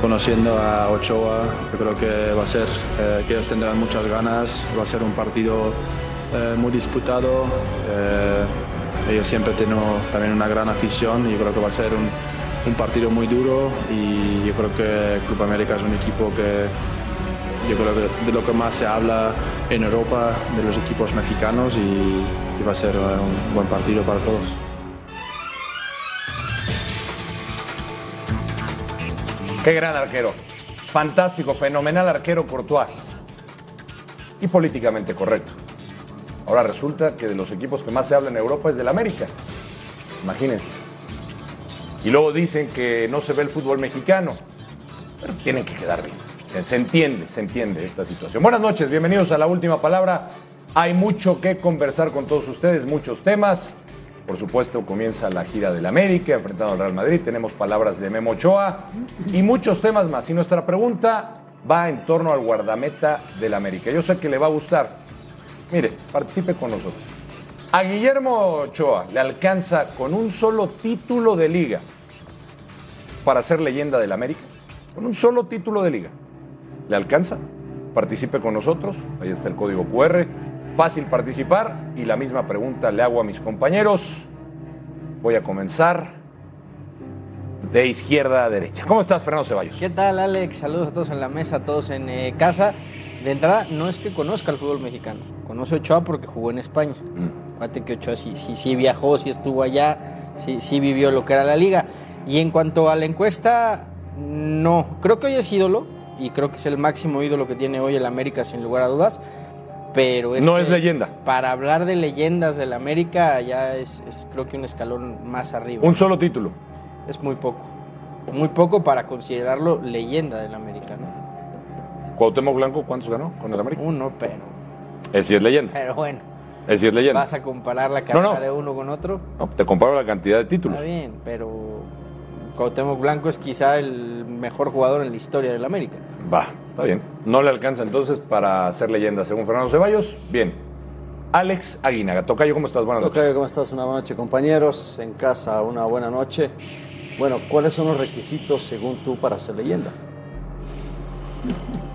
Conociendo a Ochoa, yo creo que va a ser, eh, que ellos tendrán muchas ganas, va a ser un partido eh, muy disputado. Eh, ellos siempre tienen también una gran afición y yo creo que va a ser un, un partido muy duro y yo creo que Club América es un equipo que yo creo que de lo que más se habla en Europa de los equipos mexicanos y, y va a ser eh, un buen partido para todos. Qué gran arquero. Fantástico, fenomenal arquero Courtois. Y políticamente correcto. Ahora resulta que de los equipos que más se habla en Europa es del América. Imagínense. Y luego dicen que no se ve el fútbol mexicano. Pero tienen que quedar bien. Se entiende, se entiende esta situación. Buenas noches, bienvenidos a la última palabra. Hay mucho que conversar con todos ustedes, muchos temas. Por supuesto, comienza la gira del América, enfrentando al Real Madrid. Tenemos palabras de Memo Ochoa y muchos temas más. Y nuestra pregunta va en torno al guardameta del América. Yo sé que le va a gustar. Mire, participe con nosotros. A Guillermo Ochoa le alcanza con un solo título de liga para ser leyenda del América. Con un solo título de liga. ¿Le alcanza? Participe con nosotros. Ahí está el código QR fácil participar y la misma pregunta le hago a mis compañeros. Voy a comenzar de izquierda a derecha. ¿Cómo estás, Fernando Ceballos? ¿Qué tal, Alex? Saludos a todos en la mesa, a todos en eh, casa. De entrada, no es que conozca el fútbol mexicano. Conoce Ochoa porque jugó en España. Mm. Acuérdate que Ochoa sí, sí, sí, viajó, sí estuvo allá, sí, sí vivió lo que era la liga. Y en cuanto a la encuesta, no. Creo que hoy es ídolo y creo que es el máximo ídolo que tiene hoy el América, sin lugar a dudas pero es no es leyenda. Para hablar de leyendas del América ya es, es, creo que un escalón más arriba. Un solo título. Es muy poco, muy poco para considerarlo leyenda del América. ¿no? Cuauhtémoc Blanco, ¿cuántos ganó con el América? Uno, pero. Es sí es leyenda. Pero bueno. Es sí es leyenda. Vas a comparar la carrera no, no. de uno con otro. No, te comparo la cantidad de títulos. Está bien, pero Cuauhtémoc Blanco es quizá el mejor jugador en la historia del América. Va, Ah, está bien. No le alcanza entonces para ser leyenda, según Fernando Ceballos. Bien. Alex Aguinaga. Tocayo, ¿cómo estás? Buenas Tocayo, noches. Tocayo, ¿cómo estás? Una buena noche, compañeros. En casa, una buena noche. Bueno, ¿cuáles son los requisitos, según tú, para ser leyenda?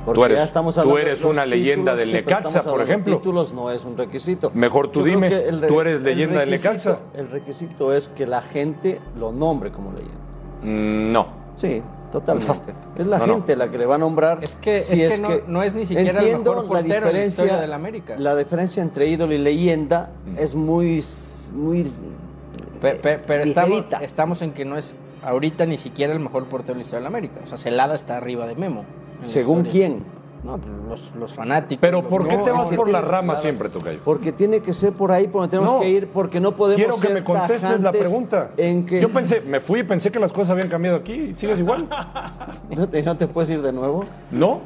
Porque tú eres, ya estamos tú eres una títulos, leyenda del Necaxa, por ejemplo. Títulos no es un requisito. Mejor tú Yo dime, el, tú eres leyenda del Necaxa. El requisito es que la gente lo nombre como leyenda. No. Sí, totalmente. No. Es la no, gente no. la que le va a nombrar. Es que, si es, que, es que no, es ni siquiera el mejor portero la diferencia, en la historia de la América. La diferencia entre ídolo y leyenda mm. es muy, muy pero, pero, pero estamos, estamos, en que no es ahorita ni siquiera el mejor portero de la historia de la América. O sea, Celada está arriba de Memo. Según quién. No, los, los, fanáticos. Pero ¿por qué no, te vas por la rama nada. siempre, Tocayo? Porque tiene que ser por ahí, por donde tenemos no, que ir, porque no podemos. Quiero ser que me contestes la pregunta. En que... Yo pensé, me fui y pensé que las cosas habían cambiado aquí. ¿Sigues igual? ¿No te, no te puedes ir de nuevo? No.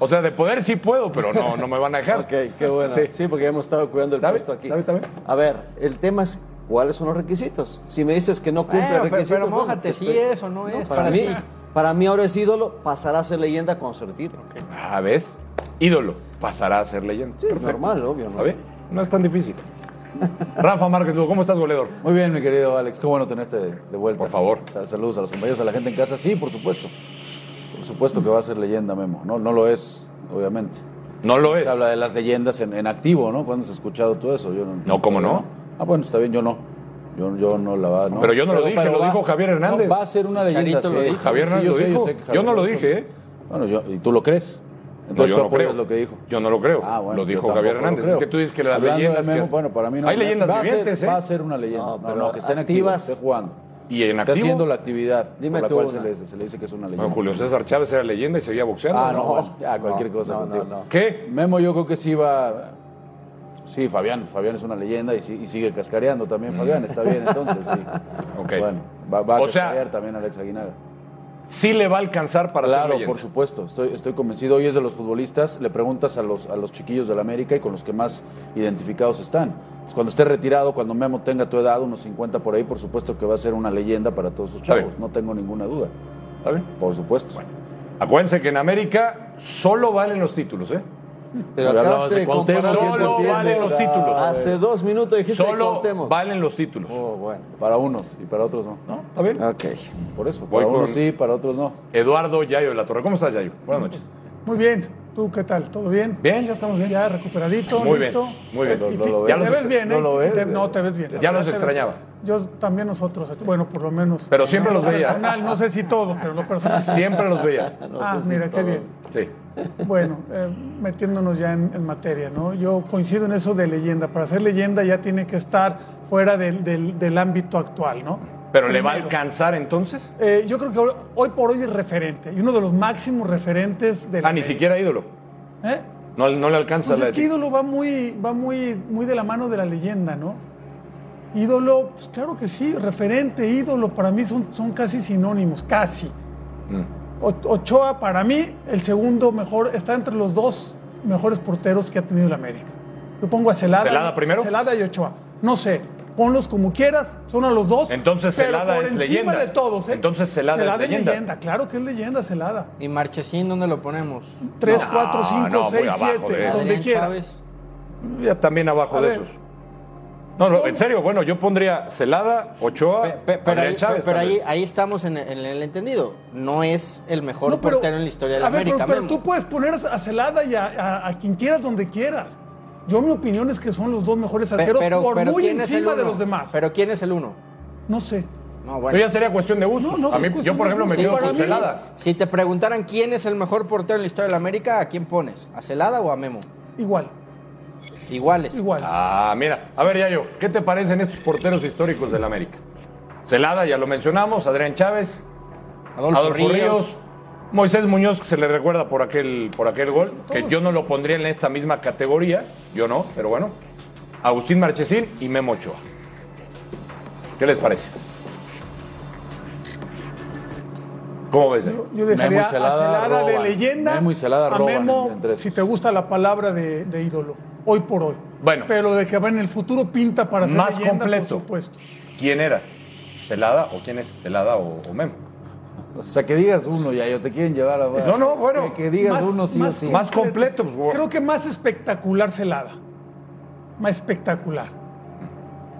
o sea, de poder sí puedo, pero no, no me van a dejar. ok, qué bueno. Sí, sí porque hemos estado cuidando el puesto aquí. ¿David, David? A ver, el tema es ¿cuáles son los requisitos? Si me dices que no cumple bueno, requisitos. Pero, pero mójate, si estoy... es o no es. para, para mí. Para mí ahora es ídolo, pasará a ser leyenda cuando se retire. Okay. Ah, ¿ves? Ídolo, pasará a ser leyenda. Sí, Perfecto. normal, obvio. ¿no? A ver, no es tan difícil. Rafa Márquez Lugo, ¿cómo estás, goleador? Muy bien, mi querido Alex. Qué bueno tenerte de vuelta. Por favor. Saludos a los compañeros, a la gente en casa. Sí, por supuesto. Por supuesto que va a ser leyenda, Memo. No, no lo es, obviamente. No lo se es. Se habla de las leyendas en, en activo, ¿no? ¿Cuándo has escuchado todo eso? Yo no, no, ¿cómo no? no? Ah, bueno, está bien, yo no. Yo, yo, no la va. No. Pero yo no pero, lo dije, lo va, dijo Javier Hernández. No, va a ser una leyenda. Sí. Lo dijo. Javier Hernández sí, yo, lo sé, dijo. Yo, yo no lo dije, ¿eh? Bueno, yo, ¿y tú lo crees? Entonces no, yo no creo. lo que dijo. Yo no lo creo. Ah, bueno, lo dijo Javier Hernández. Es que tú dices que las Hablando leyendas. Memo, que... Bueno, para mí no. Hay leyendas va vivientes, ser, ¿eh? Va a ser una leyenda. No, pero, pero que estén activas. Esté jugando. Y en Está activo? haciendo la actividad Dime por la cual se le, se le, dice que es una leyenda. Bueno, Julio César Chávez era leyenda y seguía boxeando. Ah, no, ya, cualquier cosa contigo. ¿Qué? Memo, yo creo que sí iba. Sí, Fabián, Fabián es una leyenda y, y sigue cascareando también Mm. Fabián, está bien, entonces sí. Okay. Bueno, va, va a o cascarear sea, también Alex Aguinaga. Sí le va a alcanzar para claro, ser leyenda. por supuesto, estoy, estoy convencido. Hoy es de los futbolistas, le preguntas a los, a los chiquillos del América y con los que más identificados están. Es cuando esté retirado, cuando Memo tenga tu edad, unos 50 por ahí, por supuesto que va a ser una leyenda para todos sus chavos, no tengo ninguna duda. ¿Está bien? Por supuesto. Bueno. Acuérdense que en América solo valen los títulos, ¿eh? Pero Pero hablabas acabaste de de comparar Cuauhtémoc. tiempo, Solo tiempo. valen los títulos. Hace dos minutos dijiste que Solo Cuauhtémoc. valen los títulos. Oh, bueno. Para unos y para otros no. ¿No? ¿Está bien? Ok. Por eso. Voy para unos con- sí, para otros no. Eduardo Yayo de la Torre. ¿Cómo estás, Yayo? Buenas noches. Muy bien. ¿Tú qué tal? ¿Todo bien? Bien, ya estamos bien. Ya recuperadito, Muy bien, listo. Eh, muy bien. Y Lo- ti- lo te, ves. ves bien, No ¿eh? lo Te- ves, te- eh. no, te ves bien. la Ya verdad los te ves- extrañaba. Yo también nosotros, bueno, por lo menos. Pero siempre los lo veía. Personal, no sé si todos, pero lo personal. sí. Siempre los veía. ah, mira, qué bien. Sí. Bueno, eh, metiéndonos ya en, en materia, ¿no? Yo coincido en eso de leyenda. Para ser leyenda ya tiene que estar fuera del, del- del ámbito actual, ¿no? ¿Pero le va a Primero. alcanzar entonces? Eh, yo creo que hoy- hoy por hoy es referente y uno de los máximos referentes de la Ah, ni América. siquiera ídolo. ¿Eh? No, no le alcanza Pues la es que ídolo va muy, va muy, muy de la mano de la leyenda, ¿no? Ídolo, pues claro que sí, referente, ídolo, para mí son, son casi sinónimos, casi. O- Ochoa, para mí, el segundo mejor, está entre los dos mejores porteros que ha tenido el América. Yo pongo a Celada. ¿Celada primero? Celada y Ochoa. No sé, ponlos como quieras, son a los dos. Entonces, pero Celada por es encima leyenda. de todos, ¿eh? Entonces, Celada es leyenda. claro que es leyenda, Celada. ¿Y Marchesín dónde lo ponemos? 3, No, 4, 5, no, muy 6, abajo 7, de eso. donde Adrián quieras. Chávez. Ya también abajo A de ver. esos. No, no, en serio, bueno, yo pondría Celada, Ochoa, Pe- pe- pero Adrián ahí, Chávez. pero tal ahí, vez. ahí estamos en, el- en el entendido. No es el mejor No, pero- portero en la historia de la a ver, pero- América. Pero, Memo. tú puedes poner a Celada y a, a- a quien quieras donde quieras. Yo mi opinión es que son los dos mejores Pe- arqueros por muy ¿quién es el encima de uno? los demás. Pero ¿quién es el uno? no sé. No, Pero bueno. ya sería cuestión de gusto. No, no, a mí, es cuestión yo, por de ejemplo, me gusto. quedo Sí, con para mí- Celada. Si te preguntaran quién es el mejor portero en la historia de la América, ¿a quién pones? ¿A Celada o a Memo? Igual, Iguales. igual. Ah, mira. A ver, Yayo, ¿qué te parecen estos porteros históricos del América? Celada, ya lo mencionamos, Adrián Chávez, Adolfo, Ríos. Moisés Muñoz, que se le recuerda por aquel, por aquel gol, que yo no lo pondría en esta misma categoría, yo no, pero bueno. Agustín Marchesín y Memo Ochoa. ¿Qué les parece? ¿Cómo ves? Yayo? Yo, yo dejaría Memo y Celada a Celada de roban. leyenda. Memo y Celada a roban Memo, entre esos. si te gusta la palabra de, de ídolo, hoy por hoy. Bueno. Pero de que va en el futuro pinta para ser Más leyenda, completo. por supuesto. ¿Quién era? ¿Celada o quién es? ¿Celada o, o Memo? O sea, que digas uno, ya yo te quieren llevar a. Pues, No, no, bueno. Que, que digas Más- uno sí o más sí. Más completo, pues, güey. Creo que más espectacular Celada. Más espectacular.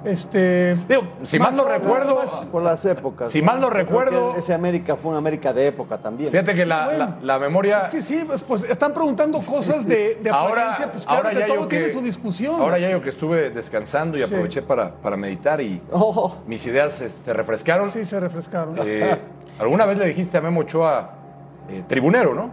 Este. Digo, si mal no Más- recuerdo, más- Por las épocas. Si mal no Creo recuerdo- que Ese América fue una América de época también. fíjate que la, Bueno. la- la memoria. Es que sí, pues, pues, están preguntando cosas de, de ahora, apariencia, pues claro ahora que ya todo yo que- tiene su discusión. Ahora ya yo que estuve descansando y Sí. aproveché para, para meditar y Oh, mis ideas se, se refrescaron. Sí, se refrescaron. Eh, ¿Alguna vez le dijiste a Memo Ochoa eh, tribunero, no?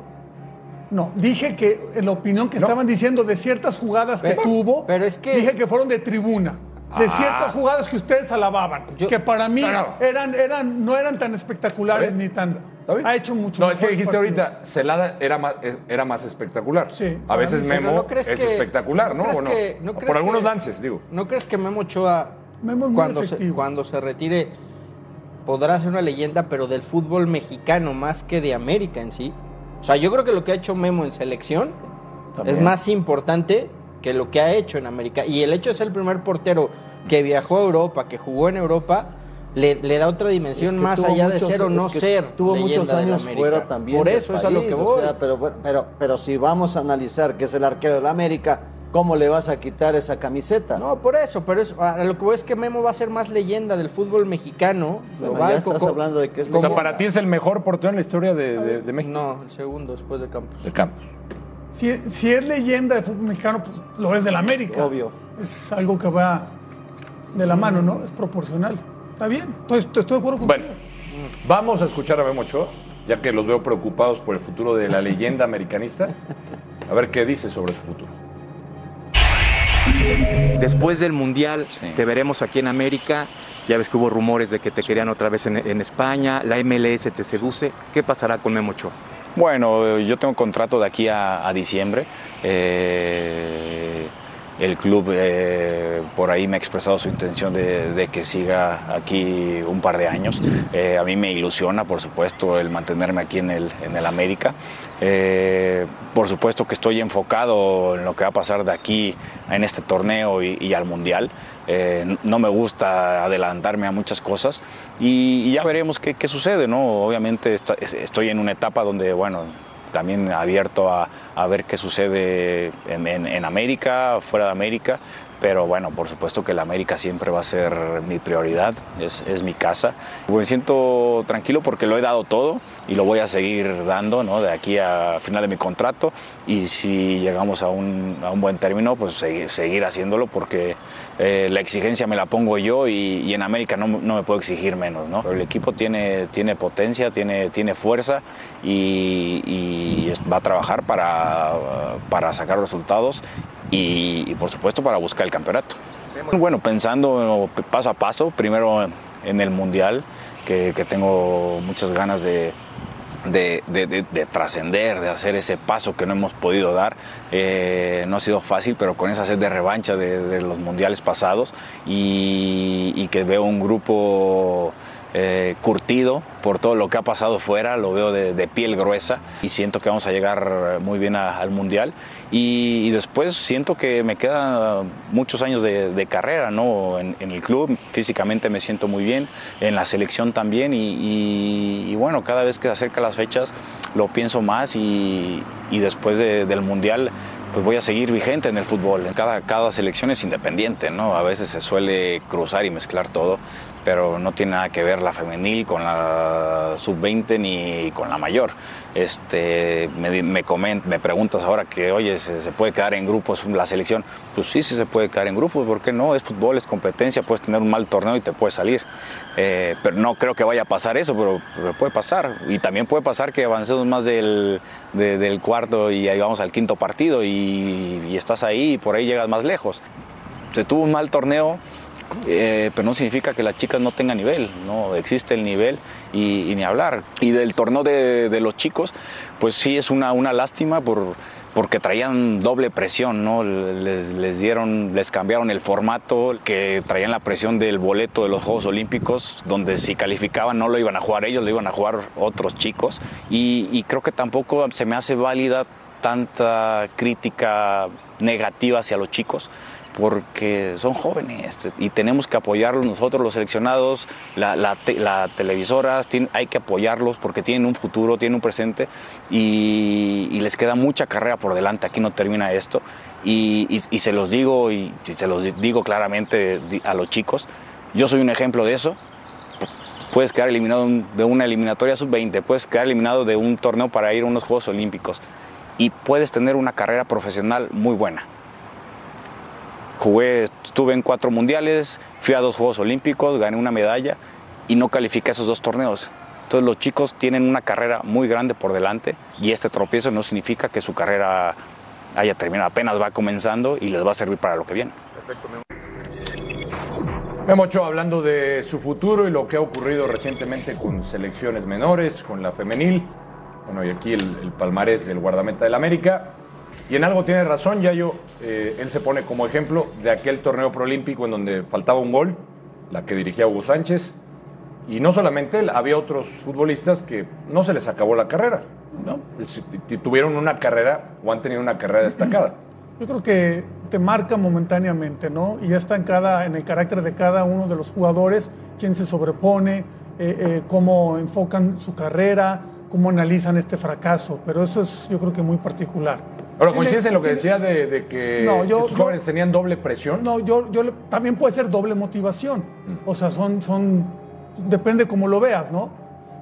No, dije que en la opinión que No. estaban diciendo de ciertas jugadas que tuvo, pero es que- dije que fueron de tribuna. De Ah. ciertas jugadas que ustedes alababan, Yo- que para mí No, no. Eran, eran, no eran tan espectaculares ¿Está bien? ni tan. ¿Está bien? Ha hecho mucho No, es que mejores dijiste partidos. ahorita, Celada era más, es- era más espectacular. Sí. A veces Pero Memo ¿no crees es que- espectacular, ¿no? crees ¿O no? que- no crees Por algunos que- lances, digo. ¿No crees que Memo Ochoa, Memo es muy cuando, se, efectivo. cuando se retire, podrá ser una leyenda, pero del fútbol mexicano más que de América en sí? O sea, yo creo que lo que ha hecho Memo en selección También. es más importante que lo que ha hecho en América. Y el hecho de ser el primer portero que viajó a Europa, que jugó en Europa, le, le da otra es dimensión que más tuvo allá de muchos- ser o no es que ser. Tuvo leyenda muchos del años América. fuera también. Por del eso es a lo país, que o voy. sea, pero, bueno, pero, pero si vamos a analizar que es el arquero del América, ¿cómo le vas a quitar esa camiseta? No, por eso, pero es, a lo que voy es que Memo va a ser más leyenda del fútbol mexicano. Bueno, global, ya estás co- hablando de que es O sea, leyenda. para ti es el mejor portero en la historia de, de- de México. No, el segundo después de Campos. De Campos. Si, si es leyenda de fútbol mexicano, pues lo es del América. Obvio. Es algo que va de la mano, ¿no? Es proporcional. Está bien. Entonces, estoy de acuerdo con Bueno, vamos a escuchar a Memo Ochoa, ya que los veo preocupados por el futuro de la leyenda americanista. A ver qué dice sobre su futuro. Después del Mundial te veremos aquí en América. Ya ves que hubo rumores de que te querían otra vez en, en España. La MLS te seduce. ¿Qué pasará con Memo Ochoa? Bueno, yo tengo contrato de aquí a, a diciembre. Eh, el club eh, por ahí me ha expresado su intención de, de que siga aquí un par de años. Eh, a mí me ilusiona, por supuesto, el mantenerme aquí en el, en el América. Eh, por supuesto que estoy enfocado en lo que va a pasar de aquí en este torneo y, y al Mundial. Eh, no me gusta adelantarme a muchas cosas y, y ya veremos qué, qué sucede, ¿no? Obviamente esta- es- estoy en una etapa donde, bueno, también abierto a, a ver qué sucede en, en- en América, fuera de América. Pero bueno, por supuesto que la América siempre va a ser mi prioridad, es, es mi casa. Me siento tranquilo porque lo he dado todo y lo voy a seguir dando ¿no? de aquí a final de mi contrato. Y si llegamos a un, a un buen término, pues seguir, seguir haciéndolo porque eh, la exigencia me la pongo yo y, y en América no, no me puedo exigir menos. ¿no? Pero el equipo tiene, tiene potencia, tiene, tiene fuerza y, y es- va a trabajar para, para sacar resultados y, y, por supuesto para buscar el campeonato. Bueno, pensando paso a paso, primero en el Mundial, que, que tengo muchas ganas de, de, de- de- de trascender, de hacer ese paso que no hemos podido dar. Eh, no ha sido fácil, pero con esa sed de revancha de, de los mundiales pasados y, y que veo un grupo eh, curtido por todo lo que ha pasado fuera, lo veo de, de piel gruesa y siento que vamos a llegar muy bien a- al mundial. Y, y después siento que me quedan muchos años de, de carrera ¿no? en, en el club, físicamente me siento muy bien, en la selección también y, y- y bueno, cada vez que se acercan las fechas lo pienso más y, y después de- del mundial pues voy a seguir vigente en el fútbol. Cada, cada selección es independiente, ¿no? A veces se suele cruzar y mezclar todo, pero no tiene nada que ver la femenil con la sub-20 ni con la mayor. Este, me, di- me, comen- me preguntas ahora que, oye, ¿se, se puede quedar en grupos la selección? Pues sí, sí se puede quedar en grupos, ¿por qué no? Es fútbol, es competencia, puedes tener un mal torneo y te puedes salir. Eh, pero no creo que vaya a pasar eso, pero, pero puede pasar. Y también puede pasar que avancemos más del, de- del cuarto y ahí vamos al quinto partido y, y estás ahí y por ahí llegas más lejos. Se tuvo un mal torneo, eh, pero no significa que las chicas no tengan nivel, no existe el nivel y, y ni hablar. Y del torneo de, de los chicos, pues sí es una, una lástima por, porque traían doble presión, ¿no? Les, les dieron, les cambiaron el formato, que traían la presión del boleto de los Juegos Olímpicos, donde si calificaban no lo iban a jugar ellos, lo iban a jugar otros chicos. Y, y creo que tampoco se me hace válida tanta crítica negativa hacia los chicos porque son jóvenes te- y tenemos que apoyarlos nosotros los seleccionados, la, la te- la televisoras, tien- hay que apoyarlos porque tienen un futuro, tienen un presente y, y les queda mucha carrera por delante, aquí no termina esto y, y- y se los digo y, y se los digo claramente di- a los chicos, yo soy un ejemplo de eso, puedes quedar eliminado de una eliminatoria sub-20, puedes quedar eliminado de un torneo para ir a unos Juegos Olímpicos y puedes tener una carrera profesional muy buena jugué, estuve en cuatro mundiales, fui a dos Juegos Olímpicos, gané una medalla y no califiqué a esos dos torneos. Entonces los chicos tienen una carrera muy grande por delante y este tropiezo no significa que su carrera haya terminado, apenas va comenzando y les va a servir para lo que viene. Memo Ochoa, hablando de su futuro y lo que ha ocurrido recientemente con selecciones menores, con la femenil. Bueno, y aquí el, el palmarés del guardameta del América. Y en algo tiene razón, Yayo. eh, él se pone como ejemplo de aquel torneo proolímpico en donde faltaba un gol, la que dirigía Hugo Sánchez. Y no solamente él, había otros futbolistas que no se les acabó la carrera. ¿no? Es- y Tuvieron una carrera o han tenido una carrera destacada. Yo creo que te marca momentáneamente, ¿no? Y ya está en, cada, en el carácter de cada uno de los jugadores, quién se sobrepone, eh, eh, cómo enfocan su carrera, cómo analizan este fracaso. Pero eso es, yo creo que muy particular. Ahora, Tiene- ¿coincides en lo tiene- que decía de, de que No, yo- estos yo- jóvenes tenían doble presión? No, yo, yo le- también puede ser doble motivación. Mm. O sea, son, son, depende cómo lo veas, ¿no?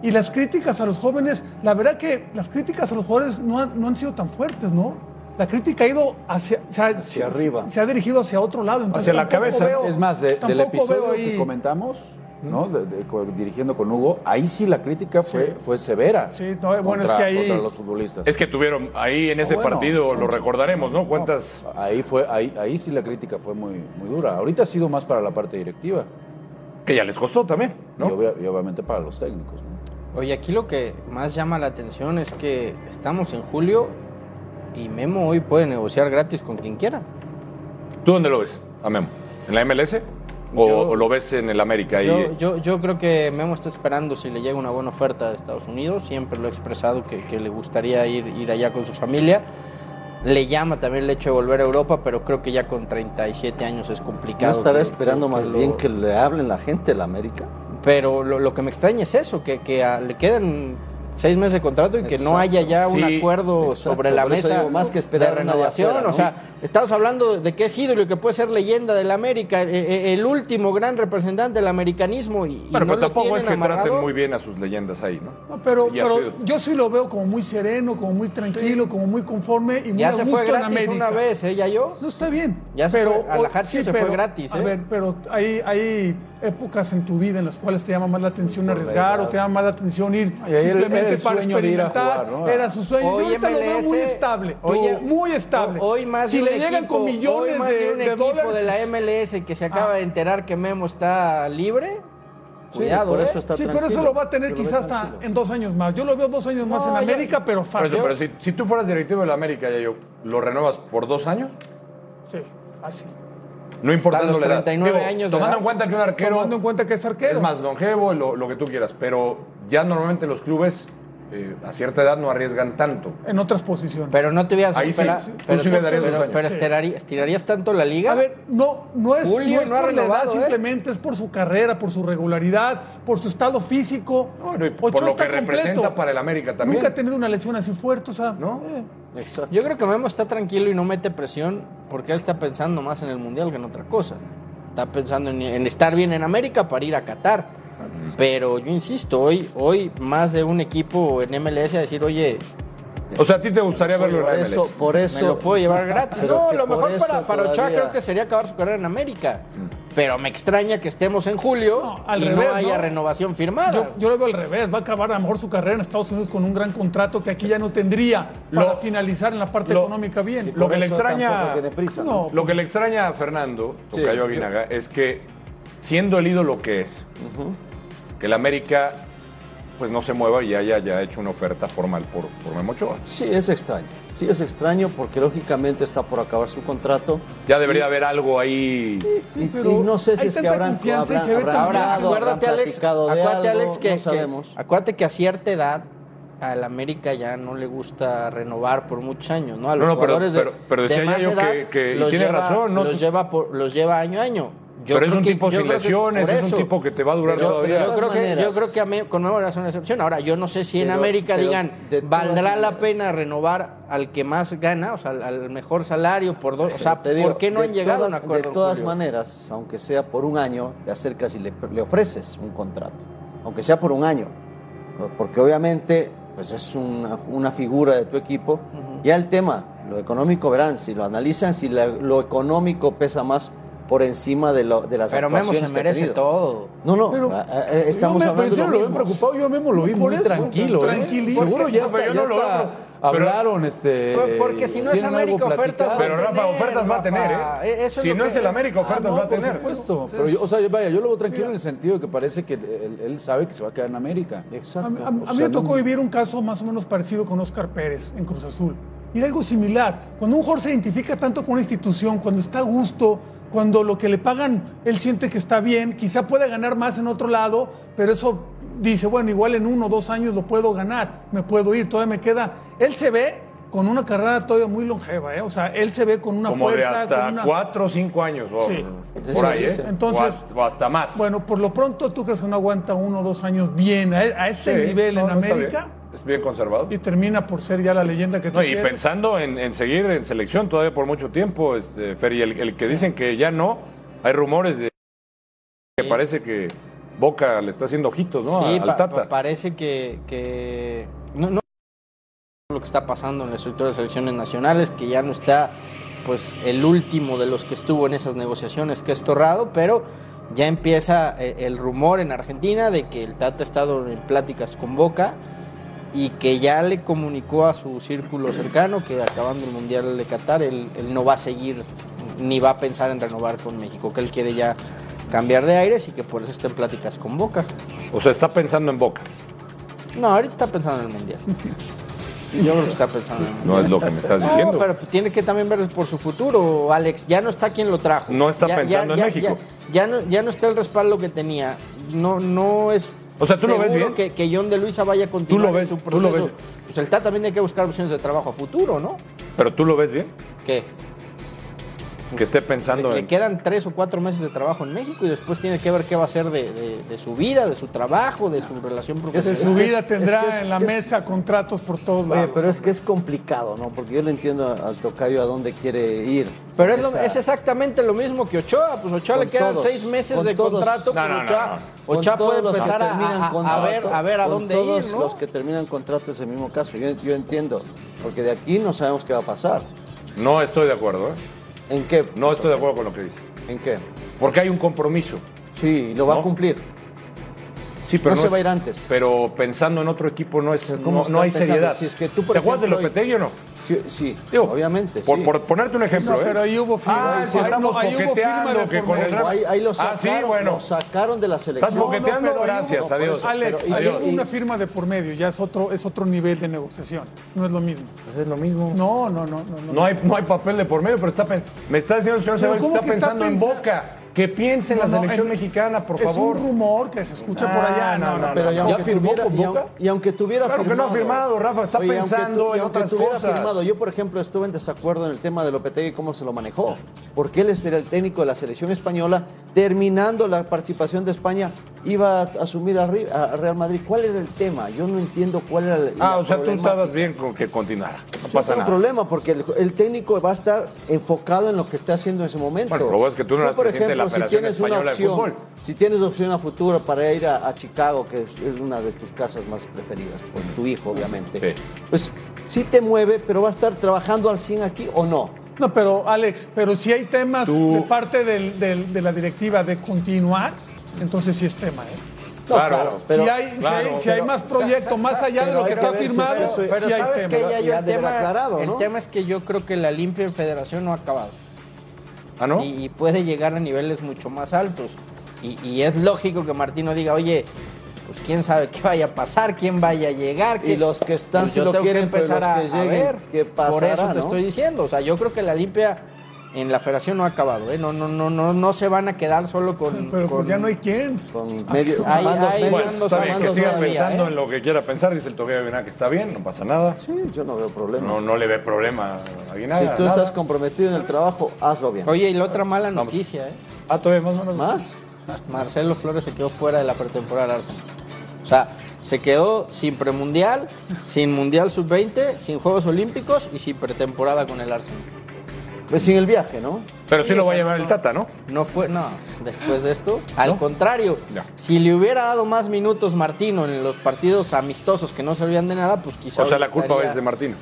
Y las críticas a los jóvenes, la verdad que las críticas a los jóvenes no han, no han sido tan fuertes, ¿no? La crítica ha ido hacia, se ha- se- arriba. Se ha dirigido hacia otro lado. Entonces Hacia la tampoco cabeza. veo- es más, de- del tampoco episodio veo ahí- que comentamos, ¿no? De- de- co- dirigiendo con Hugo, ahí sí la crítica fue, Sí. fue severa. Sí, no, bueno, es contra- que ahí- Contra los futbolistas. Es que tuvieron ahí en ese bueno, partido, lo mucho. recordaremos, ¿no? ¿Cuántas? Ahí, fue, ahí, ahí sí la crítica fue muy, muy dura. Ahorita ha sido más para la parte directiva Que ya les costó también, y, ¿no? obvia- y obviamente para los técnicos. ¿no? Oye, aquí lo que más llama la atención es que estamos en julio y Memo hoy puede negociar gratis con quien quiera. ¿Tú dónde lo ves, a Memo? ¿En la MLS? ¿O, Yo- o lo ves en el América? ahí? Yo, yo, yo creo que Memo está esperando si le llega una buena oferta de Estados Unidos. Siempre lo he expresado que, que le gustaría ir, ir allá con su familia. Le llama también el hecho de volver a Europa, pero creo que ya con 37 años es ¿No complicado. estará que- esperando que- más lo- bien que le hablen la gente de la América? Pero lo, lo que me extraña es eso, que, que a- le quedan seis meses de contrato y que no Exacto. haya ya un Sí, acuerdo exacto. sobre la Por eso mesa digo, más que esperar de a nadie renovación. afuera, ¿no? O sea, estamos hablando de que es ídolo y que puede ser leyenda del América, eh, eh, el último gran representante del americanismo. Y, y Bueno, no pero lo tampoco tienen es que amarrado. traten muy bien a sus leyendas ahí, ¿no? No, pero, Y ha pero sido- yo sí lo veo como muy sereno, como muy tranquilo, como muy conforme y muy Ya a se gusto fue en gratis América. una vez, ¿eh? Ya yo. No está bien. Ya se fue, al o- Ajax se fue gratis, A ¿eh? ver, pero hay, hay épocas en tu vida en las cuales te llama más la atención la arriesgar edad. o te llama más la atención ir Ay, ahí era- simplemente era el para sueño de ir a experimentar. jugar, ¿no? Era su sueño. Hoy Yo ahorita lo veo MLS, muy estable. hoy- muy estable. ho- Hoy más si de le un llegan con equipo- hoy millones más de, un de equipo dólares. de la MLS que se acaba Ah. de enterar que Memo está libre, Sí, cuidado, por ¿eh? eso está sí, pero tranquilo, eso lo va a tener que lo ve quizás hasta tranquilo. en dos años más. Yo lo veo dos años más en ya- América, pero Por fácil. eso, pero si, si tú fueras directivo de la América, ya yo, ¿lo renuevas por dos años? Sí, fácil. No importando los la edad. 39 años de Tomando edad. en cuenta que un arquero Tomando en cuenta que es arquero. es más longevo, lo, lo que tú quieras, pero ya normalmente los clubes eh, a cierta edad no arriesgan tanto. en otras posiciones. Pero no te hubieras Ahí sí, esperado. sí. Tú Pero, sí le darías pero- dos años. pero Sí. estirari- estirarías tanto la liga. A ver, no, no es, Julio no es no ha por la edad, renovado, ¿eh? simplemente es por su carrera, por su regularidad, por su estado físico. Bueno, y por Ochoa lo está que representa para el América también. Nunca ha tenido una lesión así fuerte, o sea, ¿No? eh, Exacto. Yo creo que Memo está tranquilo y no mete presión porque él está pensando más en el Mundial que en otra cosa. Está pensando en, en estar bien en América para ir a Qatar. Pero yo insisto, hoy, hoy más de un equipo en MLS a decir, oye, O sea, ¿a ti te gustaría verlo en Por la MLS? eso, por eso. me lo puedo llevar gratis. Pero No, que lo por mejor eso para, para Ochoa todavía- Mm. creo que sería acabar su carrera en América. Pero me extraña que estemos en julio No, al y revés, no haya ¿no? renovación firmada. yo, yo lo veo al revés. Va a acabar a lo mejor su carrera en Estados Unidos con un gran contrato que aquí ya no tendría para Lo- finalizar en la parte lo- económica bien. lo que le eso extraña tampoco tiene prisa, no, lo que le extraña a Fernando Tocayo Aguinaga es que siendo el ídolo que es que el América pues no se mueva y haya ya hecho una oferta formal por, por Memo Ochoa. Sí, es extraño. Sí, es extraño porque lógicamente está por acabar su contrato. ya debería haber algo ahí Y, pero y no sé si hay es que tanta habrán, confianza y habrán, se ve tan habrán bien. Ahora, hablado, acuérdate, habrán Alex, platicado de acuérdate, algo, Alex, que, no que- sabemos. acuérdate que a cierta edad al América ya no le gusta renovar por muchos años, ¿no? A los No, no, pero- jugadores de- pero- pero de decía más yo edad que- que- y los tiene lleva- razón, ¿no? Los lleva, por- los lleva año a año. Yo pero es creo un que- tipo yo sin creo que lesiones, por es eso. un tipo que te va a durar Yo, todavía. yo creo que, yo maneras. creo que a mí- con Memo era una excepción. Ahora, yo no sé si en Pero- América pero digan, de todas ¿valdrá la maneras. pena renovar al que más gana, o sea, al, al mejor salario por dos? O sea, Te digo, ¿por qué no de han llegado todas- a un acuerdo? De todas Julio? maneras, aunque sea por un año, te acercas y le, le ofreces un contrato. Aunque sea por un año. Porque obviamente pues es una, una figura de tu equipo. Ya el tema, lo económico, verán, si lo analizan, si la- lo económico pesa más por encima de, lo, de las Pero Memo actuaciones se que ha merece tenido. todo. No, no, Pero- eh, eh, estamos yo me, hablando pensé, de lo lo ven mismo. preocupado, yo a Memo lo vi Por muy eso, tranquilo. ¿eh? tranquilísimo. Seguro ya, No, está, pero yo ya no lo está- veo, pero- hablaron. Este, Por- porque si no es tienen algo América, ofertas platicado. va a Pero Rafa, tener, ofertas va a tener, Rafa. ¿eh? E- eso es si lo no que- es el América, ofertas No, va a por tener. supuesto. Pero yo, o sea, vaya, yo lo veo tranquilo en el sentido de que parece que él, él sabe que se va a quedar en América. A, Exacto. mí- a- O a mí sea, me no- tocó vivir un caso más o menos parecido con Oscar Pérez en Cruz Azul. Y era algo similar. Cuando un jugador se identifica tanto con una institución, cuando está a gusto, cuando lo que le pagan él siente que está bien, quizá pueda ganar más en otro lado, pero eso dice, bueno, igual en uno o dos años lo puedo ganar, me puedo ir, todavía me queda. Él se ve con una carrera todavía muy longeva, ¿eh? O sea, él se ve con una Como de fuerza. hasta con una... cuatro o cinco años. o- Sí. Por ahí, ¿eh? sí. Entonces- O hasta- o hasta más. Bueno, por lo pronto tú crees que no aguanta uno o dos años bien a, a Sí, este nivel no, en no está América bien. Es bien conservado. y termina por ser ya la leyenda que tú No, y quieres. pensando en, en seguir en selección todavía por mucho tiempo, este, Fer, y el, el que dicen que ya no, hay rumores de que parece que Boca le está haciendo ojitos, ¿no? Sí, Al pa- Tata. pa- parece que, que no, no lo que está pasando en la estructura de selecciones nacionales, que ya no está pues el último de los que estuvo en esas negociaciones, que es Torrado, pero ya empieza eh, el rumor en Argentina de que el Tata ha estado en pláticas con Boca y que ya le comunicó a su círculo cercano que acabando el Mundial de Qatar, él, él no va a seguir ni va a pensar en renovar con México, que él quiere ya cambiar de aires y que por eso está en pláticas con Boca. O sea, está pensando en Boca. No, ahorita está pensando en el mundial. Yo creo que está pensando en el No mundial. es lo que me estás No, diciendo. pero tiene que también ver por su futuro, Alex. Ya no está quien lo trajo. No está pensando en México. Ya, ya no, ya no está el respaldo que tenía. No, no es. O sea, ¿tú lo ves seguro bien? Que, que John de Luisa vaya a continuar ves- en su tú lo proceso. ves. Pues el TAT también tiene que buscar opciones de trabajo a futuro, ¿no? Pero tú lo ves bien. ¿Qué? que esté pensando Le, le en- quedan tres o cuatro meses de trabajo en México y después tiene que ver qué va a hacer de, de- de su vida, de su trabajo, de su relación De profesional. su vida tendrá es que es- en la es- mesa contratos por todos Oye, lados. pero es que es complicado, ¿no? Porque yo le entiendo a- al tocayo a dónde quiere ir. Pero es, lo- Esa- es exactamente lo mismo que Ochoa. Pues Ochoa Con le quedan todos, seis meses con de todos. contrato. No, pues no, no, Ochoa, con Ochoa todos puede los que empezar a, terminan a- a- a ver, contrato, a ver a con dónde todos ir, ¿no? los que terminan contrato es el mismo caso. Yo, yo entiendo, porque de aquí no sabemos qué va a pasar. No estoy de acuerdo, ¿eh? ¿En qué? No estoy de acuerdo con lo que dices. ¿En qué? Porque hay un compromiso. Sí, lo va ¿No? a cumplir. Sí, pero No se es- va a ir antes. Pero pensando en otro equipo no es ¿cómo no, no hay están pensando? seriedad. Si es que tú, por ¿Te acuerdas de ejemplo, hoy- Lopetegui o no? Sí, sí, Digo, obviamente. Por, sí. por ponerte un ejemplo, No, ¿eh? pero ahí hubo firma, Ah, ahí que estamos hubo- ahí hubo firma coqueteando de que por con el medio. Real- Ahí, ahí lo Ah, sacaron, sí, bueno. lo sacaron de la selección. Estás boqueteando, pero ahí gracias, hubo- adiós. Alex, adiós, ahí adiós. hubo una firma de por medio, ya es otro, es otro nivel de negociación. No es lo mismo. Pues Es lo mismo. No, no, no, no. No hay, no hay papel de por medio, pero está pen- me está diciendo el señor Pero Ceballos que ¿cómo está que está pensando en pensa- Boca. Que piense en No, la no, selección en- mexicana, por es favor. Ah, un rumor que se escucha por allá. No, no, Pero no, y no. aunque ¿Ya firmó tuviera- con y aun- Boca? Y aunque tuviera Claro que no ha firmado, Rafa, está y aunque pensando en y aunque otras tuviera cosas. firmado, yo por ejemplo estuve en desacuerdo en el tema de Lopetegui cómo se lo manejó, porque él era el técnico de la selección española, terminando la participación de España iba a asumir a, Ri- a Real Madrid. ¿Cuál era el tema? Yo no entiendo cuál era el Ah, o sea, tú estabas bien con que continuara. No pasa no nada. problema porque el, el técnico va a estar enfocado en lo que está haciendo en ese momento. Bueno, lo bueno es que tú no eras por presidente de la ejemplo, si Federación tienes una Española de opción, Fútbol. si tienes opción a futuro para ir a, a Chicago, que es, es una de tus casas más preferidas, por tu hijo, obviamente, Sí. pues sí te mueve, pero va a estar trabajando al 100 aquí o no. No, pero Alex, pero si hay temas Tú- de parte del- del- de la directiva de continuar, entonces sí es tema, ¿eh? No, Claro, pero- si hay, si claro, hay- si hay pero- más proyecto, más allá de pero lo que hay que está ver si firmado, eso- sí pero hay ¿sabes tema. qué? Ya yo Ya el, debe tema, aclarado, el ¿no? tema es que yo creo que la limpia en federación no ha acabado ¿Ah, no? y, y puede llegar a niveles mucho más altos. Y, y es lógico que Martino diga, oye, pues quién sabe qué vaya a pasar, quién vaya a llegar. Y que- los que están Pues sí yo lo tengo quieren, que pero empezar a, los que a lleguen, ver. ¿qué Por eso pasará, te no? estoy diciendo, o sea, yo creo que la limpia en la federación no ha acabado, ¿eh? No, no, no, no, no se van a quedar solo con... Pero con- pues ya no hay quien. Con medio, Ahí- mandos ahí medios. Bueno, Fernando está bien, que Santos siga todavía, pensando ¿eh? en lo que quiera pensar, dice el Tocayo Aguinaga que está bien, no pasa nada. Sí, yo no veo problema. No, no le ve problema a Aguinaga. si tú nada. estás comprometido en el trabajo, hazlo bien. Oye, y la otra mala Vamos. noticia, ¿eh? Ah, todavía más o menos. ¿Más? Marcelo Flores se quedó fuera de la pretemporada del Arsenal. O sea, se quedó sin premundial, sin mundial sub-20, sin Juegos Olímpicos y sin pretemporada con el Arsenal. Pues sin el viaje, ¿no? Pero sí, lo va a llevar el Tata, ¿no? No fue, no, después de esto, al contrario, Ya. si le hubiera dado más minutos Martino en los partidos amistosos que no servían de nada, pues quizá. O sea, hoy la culpa estaría- es de Martino.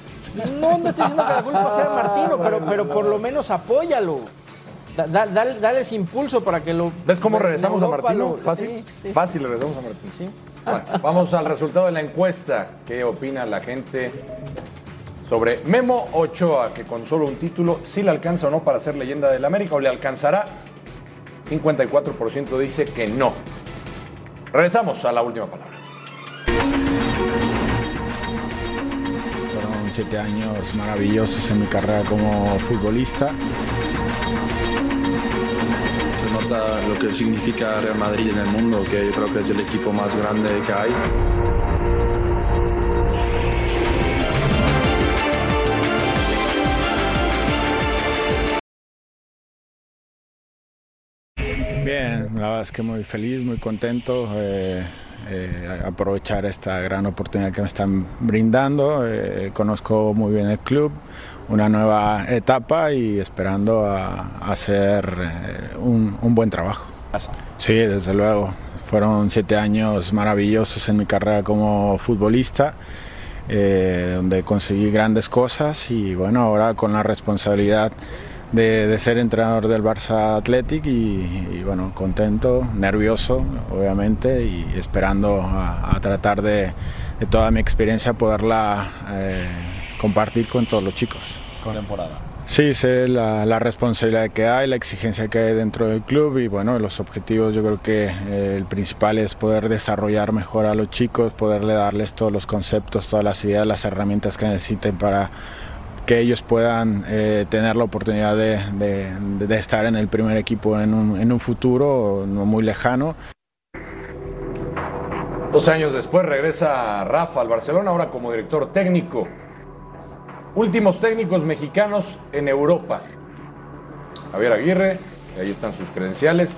No, no estoy diciendo que la culpa sea de Ah, Ah, Martino, pero, pero por lo menos apóyalo. Da- da- dale, dale ese impulso para que lo. ¿Ves cómo en regresamos a Europa Martino? lo- Fácil. sí, sí. Fácil regresamos a Martino. Sí. Bueno, vamos al resultado de la encuesta. ¿Qué opina la gente sobre Memo Ochoa, que con solo un título sí le alcanza o no para ser leyenda del América o le alcanzará? 54% dice que no. Regresamos a la última palabra. Fueron siete años maravillosos en mi carrera como futbolista. Se nota lo que significa Real Madrid en el mundo, que yo creo que es el equipo más grande que hay. Bien, la verdad es que muy feliz, muy contento. eh, eh, aprovechar esta gran oportunidad que me están brindando. eh, conozco muy bien el club, una nueva etapa y esperando a, a hacer eh, un- un buen trabajo. Sí, desde luego. Fueron siete años maravillosos en mi carrera como futbolista, eh, donde conseguí grandes cosas y bueno, ahora con la responsabilidad de, de ser entrenador del Barça Athletic y, y, bueno, contento, nervioso obviamente y esperando a, a tratar de, de toda mi experiencia poderla eh, compartir con todos los chicos. Sí, sé la, la responsabilidad que hay, la exigencia que hay dentro del club y bueno, los objetivos yo creo que eh, el principal es poder desarrollar mejor a los chicos, poderle darles todos los conceptos, todas las ideas, las herramientas que necesiten para que ellos puedan eh, tener la oportunidad de, de- de estar en el primer equipo en un, en un futuro no muy lejano. Dos años después regresa Rafa al Barcelona, ahora como director técnico. Últimos técnicos mexicanos en Europa. Javier Aguirre, y ahí están sus credenciales.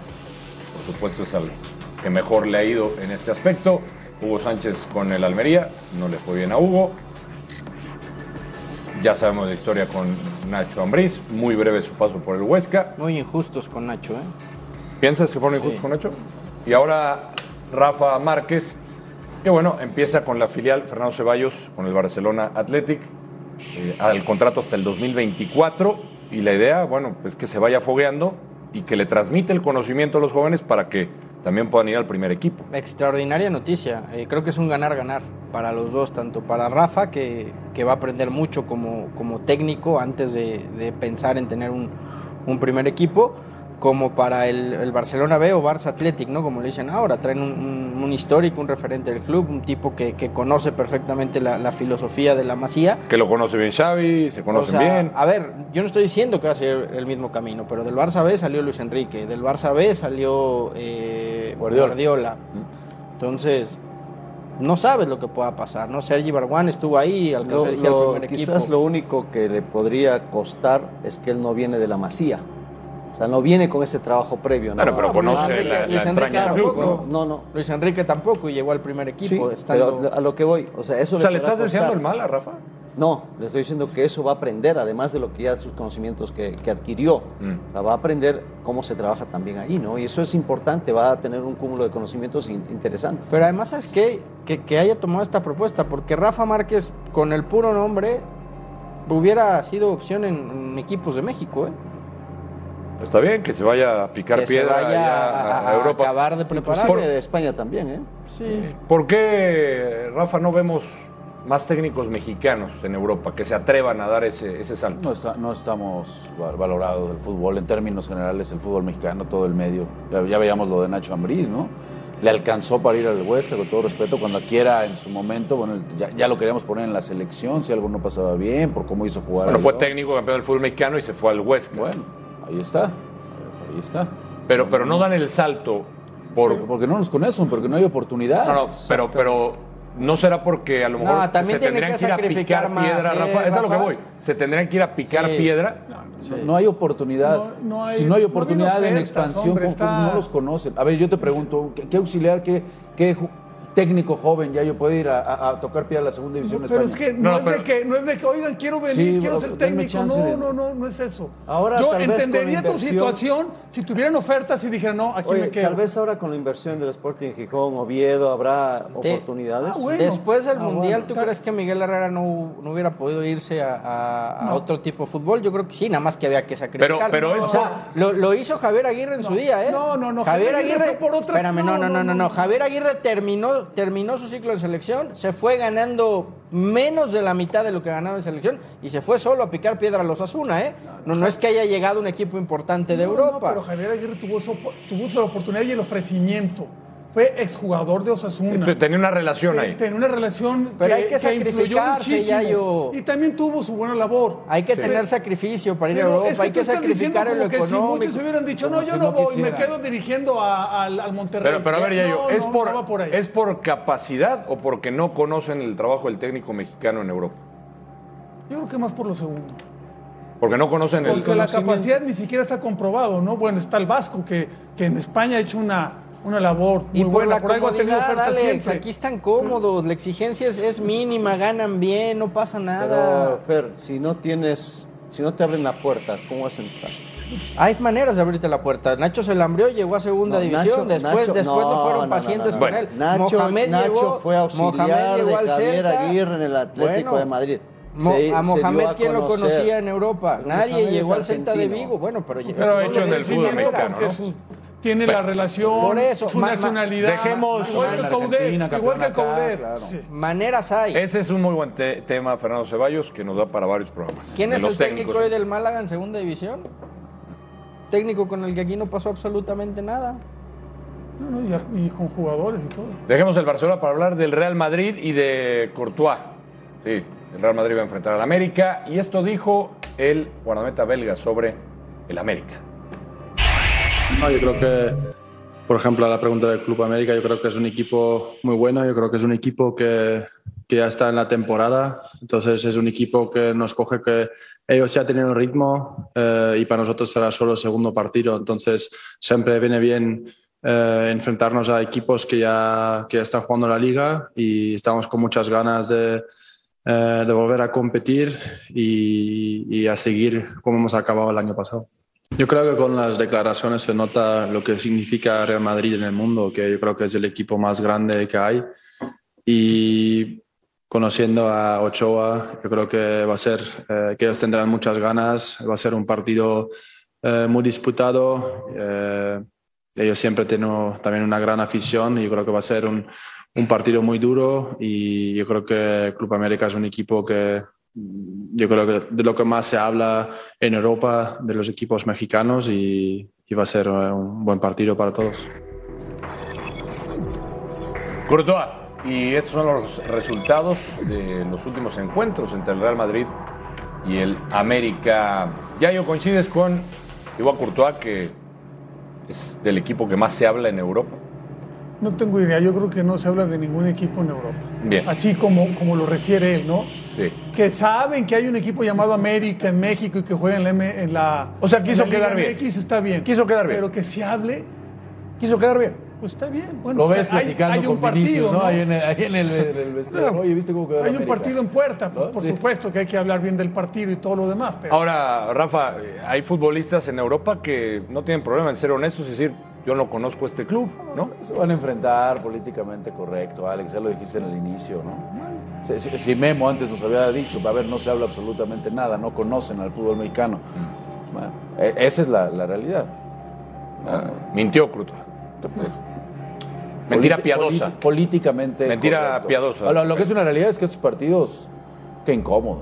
Por supuesto es al que mejor le ha ido en este aspecto. Hugo Sánchez con el Almería, no le fue bien a Hugo. Ya sabemos la historia con Nacho Ambriz, muy breve su paso por el Huesca. Muy injustos con Nacho, ¿eh? ¿Piensas que fueron injustos con Nacho? Y ahora Rafa Márquez, que bueno, empieza con la filial Fernando Ceballos, con el Barcelona Athletic, eh, al contrato hasta el 2024. Y la idea, bueno, es que se vaya fogueando y que le transmite el conocimiento a los jóvenes para que también puedan ir al primer equipo. Extraordinaria noticia. Eh, creo que es un ganar-ganar para los dos, tanto para Rafa, que, que va a aprender mucho como, como técnico antes de, de pensar en tener un, un primer equipo, como para el, el Barcelona B o Barça Athletic, ¿no? Como le dicen ahora, traen un, un- un histórico, un referente del club, un tipo que, que conoce perfectamente la, la filosofía de la masía. Que lo conoce bien Xavi, se conocen O sea, bien. A ver, yo no estoy diciendo que va a ser el mismo camino, pero del Barça B salió Luis Enrique, del Barça B salió eh, Guardiola. Guardiola. Entonces, no sabes lo que pueda pasar, ¿no? Sergi Barguán estuvo ahí, alcanzó Lo- a dirigir al lo- primer quizás equipo. lo único que le podría costar es que él no viene de la masía. O sea, no viene con ese trabajo previo. ¿no? Claro, pero No, conoce Luis la- la Luis entraña del tampoco, grupo. No, no. Luis Enrique tampoco y llegó al primer Sí, equipo. estando- pero a lo que voy. O sea, eso O sea, ¿le podrá estás deseando costar. el mal a Rafa? No, le estoy diciendo que eso va a aprender, además de lo que ya sus conocimientos que, que adquirió. Mm, O sea, va a aprender cómo se trabaja también ahí, ¿no? Y eso es importante, va a tener un cúmulo de conocimientos in- interesantes. Pero además, ¿sabes qué? Que, que haya tomado esta propuesta, porque Rafa Márquez, con el puro nombre, hubiera sido opción en, en equipos de México, ¿eh? Está bien, que se vaya a picar que se piedra vaya allá a, a, a Europa. pues, acabar de preparar. Inclusive de España también, ¿eh? Sí. ¿Por qué, Eh, Rafa, no vemos más técnicos mexicanos en Europa que se atrevan a dar ese, ese salto? No, está- no estamos val- valorados el fútbol, en términos generales, el fútbol mexicano, todo el medio. Ya, ya veíamos lo de Nacho Ambriz, ¿no? Le alcanzó para ir al Huesca, con todo respeto, cuando quiera en su momento. Bueno, el- ya, ya lo queríamos poner en la selección, si algo no pasaba bien, por cómo hizo jugar. Bueno, al fue León. técnico campeón del fútbol mexicano y se fue al Huesca. Bueno, ahí está. Ahí está. Pero, pero no dan el salto por... Porque, porque no nos conocen, porque no hay oportunidad. No, no, pero, pero no será porque a lo No, mejor se también tiene tendrían que que ir a sacrificar picar más, piedra, ¿eh, Rafa. Es a lo que Rafa? voy. Se tendrían que ir a picar Sí. piedra. No, no hay oportunidad. No, no hay- si no hay no ha habido oportunidad en ofertas, expansión, hombre, ¿por- está- no los conocen. A ver, yo te pregunto, ¿qué, qué auxiliar, qué, qué ju- técnico joven ya yo puedo ir a, a- a tocar pie a la segunda división No, de pero es España? que no, No, es pero- de que, no es de que, oigan, quiero venir, Sí, quiero bro, ser denme técnico. chance No, de- no, no, no es eso. Ahora, Yo tal vez con entendería tu inversión- situación si tuvieran ofertas y dijeran, no, aquí Oye, me quedo. tal vez ahora con la inversión del Sporting Gijón, Oviedo, habrá Te- oportunidades. Ah, bueno. Después del Ah, Mundial, bueno. ¿tú Tal- crees que Miguel Herrera no, no hubiera podido irse a, a- a No. otro tipo de fútbol? Yo creo que sí, nada más que había que Pero- sacrificar. pero O eso- sea, lo, lo hizo Javier Aguirre en su día, ¿eh? no, no, no, Javier Aguirre fue por otras- Espérame, no, no, no, no, no. Javier Aguirre terminó, terminó su ciclo en selección, se fue ganando menos de la mitad de lo que ganaba en selección y se fue solo a picar piedra a los Asuna, ¿eh? No, no es que haya llegado un equipo importante de No, no, Europa. pero Javier Aguirre tuvo, esa opo- tuvo la oportunidad y el ofrecimiento. Fue exjugador de Osasuna. Eh, Te- Tenía una relación ahí. Tenía una relación Pero hay que influyó sacrificarse, muchísimo. Yayo. Y también tuvo su buena labor. Hay que Sí. tener sacrificio para ir a Pero Europa, es que hay tú que estás diciendo sacrificar en lo como que si económico. muchos hubieran dicho, Como no, yo si no, no voy, quisieran. me quedo dirigiendo a- al, al Monterrey. Pero, pero a ver, Eh, Yayo, no, ¿es, no, por, no va por ahí. ¿es por capacidad o porque no conocen el trabajo del técnico mexicano en Europa? Yo creo que más por lo segundo. Porque no conocen el... Porque la capacidad ni siquiera está comprobado, ¿no? Bueno, está el Vasco, que, que en España ha hecho una, una labor muy Y por buena. la por algo ha tenido comodidad, ofertas Alex, siempre. pues, aquí están cómodos, la exigencia es, es mínima, ganan bien, no pasa Pero, nada. Fer, si no tienes, si no te abren la puerta, ¿cómo vas a entrar? Hay maneras de abrirte la puerta. Nacho se lambrió, llegó a segunda No, Nacho- división, después, Nacho- después no, no, fueron no, no, pacientes no. no, con él. Nacho, Mohamed Nacho llegó, fue auxiliar Mohamed de llegó al Javier Celta. Aguirre en el Atlético Bueno, de Madrid. Mo- Se- a se Mohamed, dio a ¿quién lo conocer. conocía en Europa? Pero Nadie Mohamed es llegó al Celta de argentino. Vigo. Bueno, pero, Pero ha hecho en el Sí, fútbol no, mexicano, porque ¿no? su- tiene Pero- la relación, Por eso, su ma- ma- nacionalidad. Dejemos- Igual que Argentina, Coudet. Igual campeona que acá, Coudet. claro. Sí. Maneras hay. Eh, Ese es un muy buen te- tema, Fernando Ceballos, que nos da para varios programas. ¿Quién De es los el técnico técnicos. hoy del Málaga en segunda división? Técnico con el que aquí no pasó absolutamente nada. No, no, y, a- y con jugadores y todo. Dejemos el Barcelona para hablar del Real Madrid y de Courtois. Sí, el Real Madrid va a enfrentar al América y esto dijo el guardameta belga sobre el América. No, yo creo que, por ejemplo, a la pregunta del Club América, yo creo que es un equipo muy bueno, yo creo que es un equipo que, que que ya está en la temporada. Entonces es un equipo que nos coge que ellos ya tienen un ritmo eh, y para nosotros será solo segundo partido. Entonces siempre viene bien eh, enfrentarnos a equipos que ya, que ya están jugando la liga y estamos con muchas ganas de, eh, de volver a competir y, y a seguir como hemos acabado el año pasado. Yo creo que con las declaraciones se nota lo que significa Real Madrid en el mundo, que yo creo que es el equipo más grande que hay. Y conociendo a Ochoa, yo creo que va a ser, eh, que ellos tendrán muchas ganas, va a ser un partido eh, muy disputado. Eh, ellos siempre tienen también una gran afición y yo creo que va a ser un, un partido muy duro y yo creo que Club América es un equipo que, mm, yo creo que de lo que más se habla en Europa de los equipos mexicanos y, y va a ser eh, un buen partido para todos. Courtois, y estos son los resultados de los últimos encuentros entre el Real Madrid y el América. Yayo, ¿coincides con Igual Courtois, que es del equipo que más se habla en Europa? No tengo idea, yo creo que no se habla de ningún equipo en Europa. Bien. Así como, como lo refiere él, ¿no? Sí. Que saben que hay un equipo llamado América en México y que juega en la... M- en la O sea, quiso en la Liga quedar bien. MX está bien. Quiso quedar bien. Pero que se hable, Quiso quedar bien. pues está bien. Bueno, Lo pues, ves hay- platicando hay un con Vinicius, ¿no? partido, Ahí en el, ahí en el- en el vestidor. Claro. Oye, ¿viste cómo quedó la Hay un América? partido en puerta, pues ¿No? por Sí. supuesto que hay que hablar bien del partido y todo lo demás, pero Ahora, Rafa, eh, hay futbolistas en Europa que no tienen problema en ser honestos y decir, yo no conozco este club, ¿no? Se van a enfrentar políticamente correcto, Alex, ya lo dijiste en el inicio, ¿no? Si, si- si Memo antes nos había dicho, a ver, no se habla absolutamente nada, no conocen al fútbol mexicano. Bueno, e- esa es la, la realidad. Mm. Ah, Mintió Cruto. Mentira Politi- piadosa. politi- políticamente. Mentira correcto. piadosa. Lo, lo que es una realidad es que estos partidos, qué incómodo.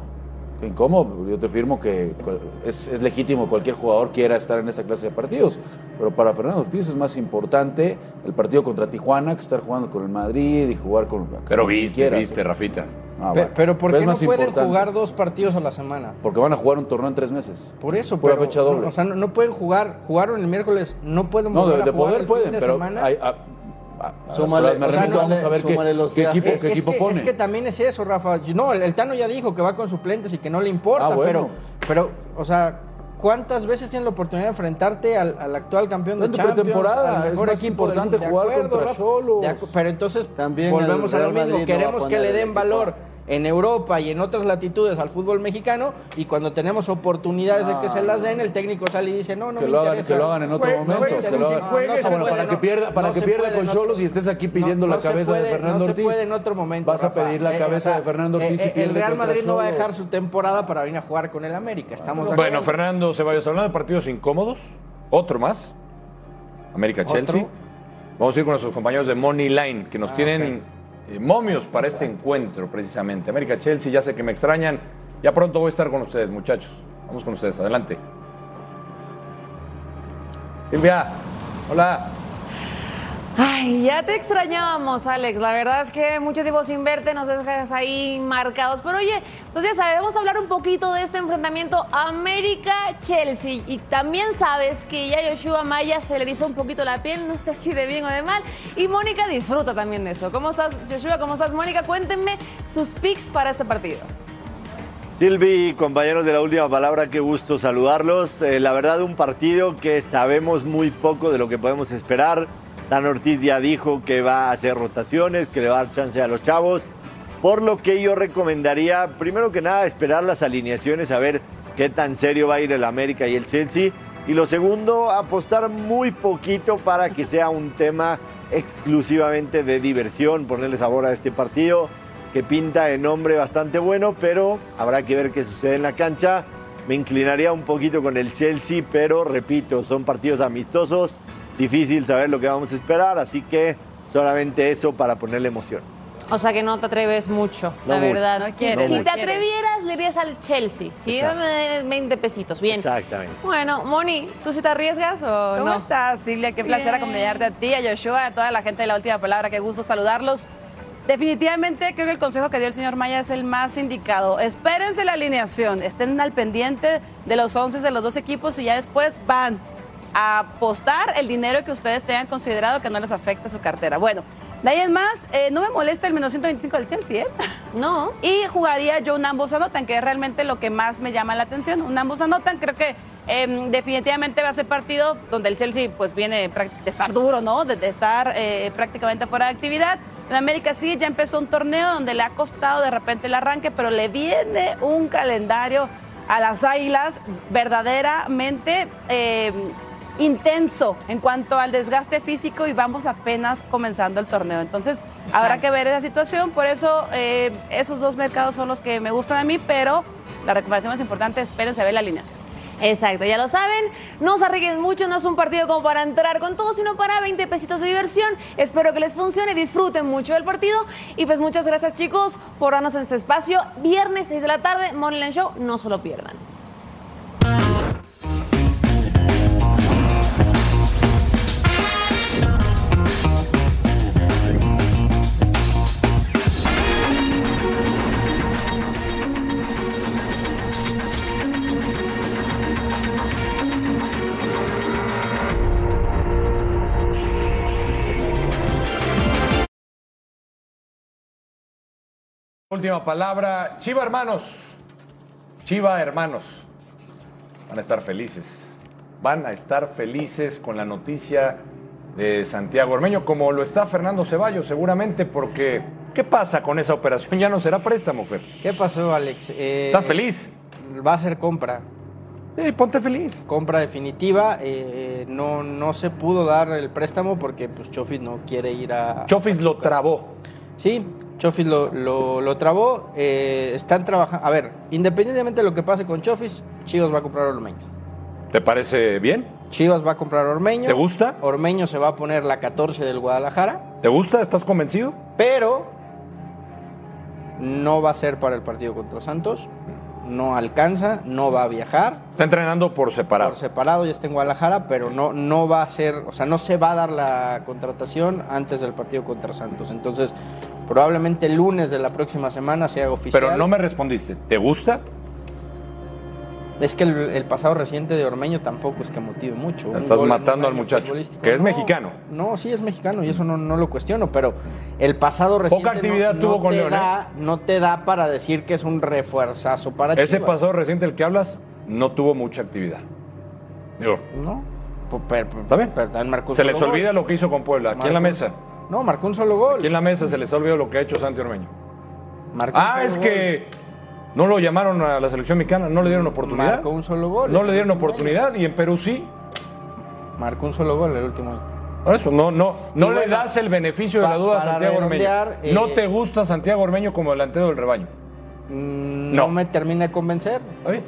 Qué incómodo. Yo te firmo que cual- es, es legítimo cualquier jugador quiera estar en esta clase de partidos. Pero para Fernando Ortiz es más importante el partido contra Tijuana que estar jugando con el Madrid y jugar con. Pero con quien viste, quieras. viste, Rafita. Ah, Pe- bueno. Pero Pero ¿por qué es no más pueden importante. jugar dos partidos a la semana? Porque van a jugar un torneo en tres meses. Por eso, Pura pero, fecha doble. No, o sea, no, no pueden jugar, jugaron el miércoles, no pueden No, volver de, a de jugar poder el pueden, fin de pero semana. hay- a- a- a las Súmale- pruebas me o sea, remito, no- vamos a ver súmale qué, los qué viajes. equipo, es, qué es equipo que, pone. es que también es eso, Rafa. No, el, el Tano ya dijo que va con suplentes y que no le importa, Ah, bueno. pero, pero, o sea, ¿cuántas veces tienen la oportunidad de enfrentarte al, al actual campeón de Durante Champions? pretemporada, al es mejor más equipo del importante mundo? De jugar acuerdo, contra Rafa, Cholos. de acu- pero entonces También el volvemos a lo Real mismo. Madrid no va a Queremos que poner le el den equipo. valor en Europa y en otras latitudes al fútbol mexicano y cuando tenemos oportunidades de que se las den, el técnico sale y dice, no, no que, me lo hagan, interesa. que lo hagan en otro Juegue- momento. juegues que con lo quien hagan. juegues, no Ah, bueno, se para puede, que no. pierda, para No que se pierda puede en con otro- Cholos y estés aquí pidiendo No, la no se cabeza puede- de Fernando no Ortiz. se puede en otro momento. Vas a Rafa. pedir la Eh, cabeza o sea, de Fernando Ortiz eh, y eh, El pierde Real contra Madrid no va a Cholos. dejar su temporada para venir a jugar con el América. Estamos de Bueno, acuerdo. Fernando Ceballos, hablando de partidos incómodos, otro más. América Otro. Chelsea. Vamos a ir con nuestros compañeros de Money Line, que nos tienen eh, momios para este encuentro, precisamente. América Chelsea, ya sé que me extrañan. Ya pronto voy a estar con ustedes, muchachos. Vamos con ustedes, adelante. Silvia, hola. Ay, ya te extrañábamos, Alex. La verdad es que mucho tiempo sin verte nos dejas ahí marcados. Pero oye, pues ya sabes, vamos a hablar un poquito de este enfrentamiento América-Chelsea. Y también sabes que ya Yoshua Maya se le hizo un poquito la piel, no sé si de bien o de mal. Y Mónica disfruta también de eso. ¿Cómo estás, Yoshua? ¿Cómo estás, Mónica? Cuéntenme sus picks para este partido. Silvi, compañeros de la última palabra, qué gusto saludarlos. Eh, la verdad, un partido que sabemos muy poco de lo que podemos esperar. Dan Ortiz ya dijo que va a hacer rotaciones, que le va a dar chance a los chavos. Por lo que yo recomendaría, primero que nada, esperar las alineaciones, a ver qué tan serio va a ir el América y el Chelsea. Y lo segundo, apostar muy poquito para que sea un tema exclusivamente de diversión, ponerle sabor a este partido que pinta de nombre bastante bueno, pero habrá que ver qué sucede en la cancha. Me inclinaría un poquito con el Chelsea, pero repito, son partidos amistosos, difícil saber lo que vamos a esperar, así que solamente eso para ponerle emoción. O sea que no te atreves mucho, No la mucho. verdad. No Si- quieres, si no te quieres. atrevieras, le irías al Chelsea. Sí, Exacto. dame 20 pesitos. Bien. Exactamente. Bueno, Moni, ¿tú sí te arriesgas o ¿Cómo no? estás, Silvia? Qué placer acompañarte a ti, a Joshua, a toda la gente de la última palabra. Qué gusto saludarlos. Definitivamente creo que el consejo que dio el señor Maya es el más indicado. Espérense la alineación, estén al pendiente de los 11 de los dos equipos y ya después van a apostar el dinero que ustedes tengan considerado que no les afecte su cartera. Bueno, De ahí en más, eh, no me molesta el menos 125 del Chelsea, ¿eh? No. Y jugaría yo un ambos anotan, que es realmente lo que más me llama la atención. Un ambos anotan, creo que eh, definitivamente va a ser partido donde el Chelsea pues viene práct- de estar duro, ¿no? De, de estar eh, prácticamente fuera de actividad. En América sí, ya empezó un torneo donde le ha costado de repente el arranque, pero le viene un calendario a las Águilas verdaderamente... eh, intenso en cuanto al desgaste físico y vamos apenas comenzando el torneo. Entonces, habrá que ver esa situación. Por eso, eh, esos dos mercados son los que me gustan a mí, pero la recomendación más importante, espérense a ver la alineación. Exacto, ya lo saben, no se arriesguen mucho, no es un partido como para entrar con todo, sino para 20 pesitos de diversión. Espero que les funcione, disfruten mucho del partido y pues muchas gracias chicos por darnos este espacio. Viernes 6 de la tarde, Moneyland Show, no se lo pierdan. Última palabra, Chiva hermanos. Chiva hermanos. Van a estar felices. Van a estar felices con la noticia de Santiago Ormeño, como lo está Fernando Ceballos, seguramente, porque ¿qué pasa con esa operación? Ya no será préstamo, Fer. ¿Qué pasó, Alex? Eh, ¿Estás feliz? Va a ser compra. ponte feliz. Compra definitiva. eh, no, no se pudo dar el préstamo porque pues, Chofis no quiere ir a. Chofis lo trabó. Sí, Chofis lo, lo, lo trabó. eh, están trabajando. A ver, independientemente de lo que pase con Chofis, Chivas va a comprar a Ormeño. ¿Te parece bien? Chivas va a comprar a Ormeño. ¿Te gusta? Ormeño se va a poner la 14 del Guadalajara. ¿Te gusta? ¿Estás convencido? pero no va a ser para el partido contra Santos. No alcanza, no va a viajar. Está entrenando por separado. Por separado ya está en Guadalajara, pero no, no va a ser, o sea, no se va a dar la contratación antes del partido contra Santos. Entonces, probablemente el lunes de la próxima semana se haga oficial. Pero no me respondiste. ¿Te gusta? Es que el, el pasado reciente de Ormeño tampoco es que motive mucho. Un Estás gol en un matando al año muchacho, futbolístico. que es No, mexicano. No, sí es mexicano y eso no, no lo cuestiono, pero el pasado reciente no- actividad no, tuvo con te León, ¿eh? da, no te da para decir que es un refuerzazo para Ese Chivas. pasado reciente del que hablas no tuvo mucha actividad. Digo, No. Pero, Marcos se les Solomón. olvida lo que hizo con Puebla. Aquí en la Marcos- mesa. No, marcó un solo gol. Aquí en la mesa se les ha olvidado lo que ha hecho Santi Ormeño. Marcó un ah, solo es que no lo llamaron a la selección mexicana, no le dieron oportunidad. Marcó un solo gol. No le dieron oportunidad y en Perú sí. Marcó un solo gol el último año. Por eso, no, no, Y no le bueno, das el beneficio de pa- la duda a para Santiago Ormeño. redondear, eh, no te gusta Santiago Ormeño como delantero del rebaño. mm, No, me termina de convencer.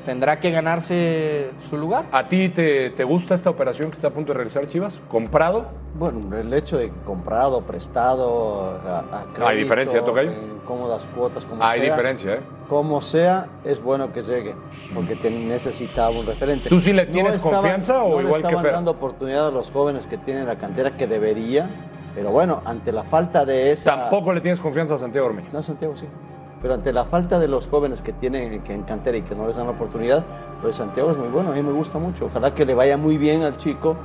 Tendrá que ganarse su lugar. ¿A ti te, te gusta esta operación que está a punto de realizar Chivas? ¿Comprado? Bueno, el hecho de que comprado, prestado, a, a Hay diferencia, Tocayo. en cómodas cuotas, como Hay sea. diferencia, ¿eh? Como sea, es bueno que llegue, porque te necesitaba un referente. ¿Tú sí le tienes confianza o no le igual que estaban Fer? dando oportunidad a los jóvenes que tienen la cantera que debería, pero bueno, ante la falta de esa... Tampoco le tienes confianza a Santiago Ormeño. No, Santiago sí. Pero ante la falta de los jóvenes que tienen que en cantera y que no les dan la oportunidad, lo de Santiago es muy bueno, a mí me gusta mucho. Ojalá que le vaya muy bien al chico,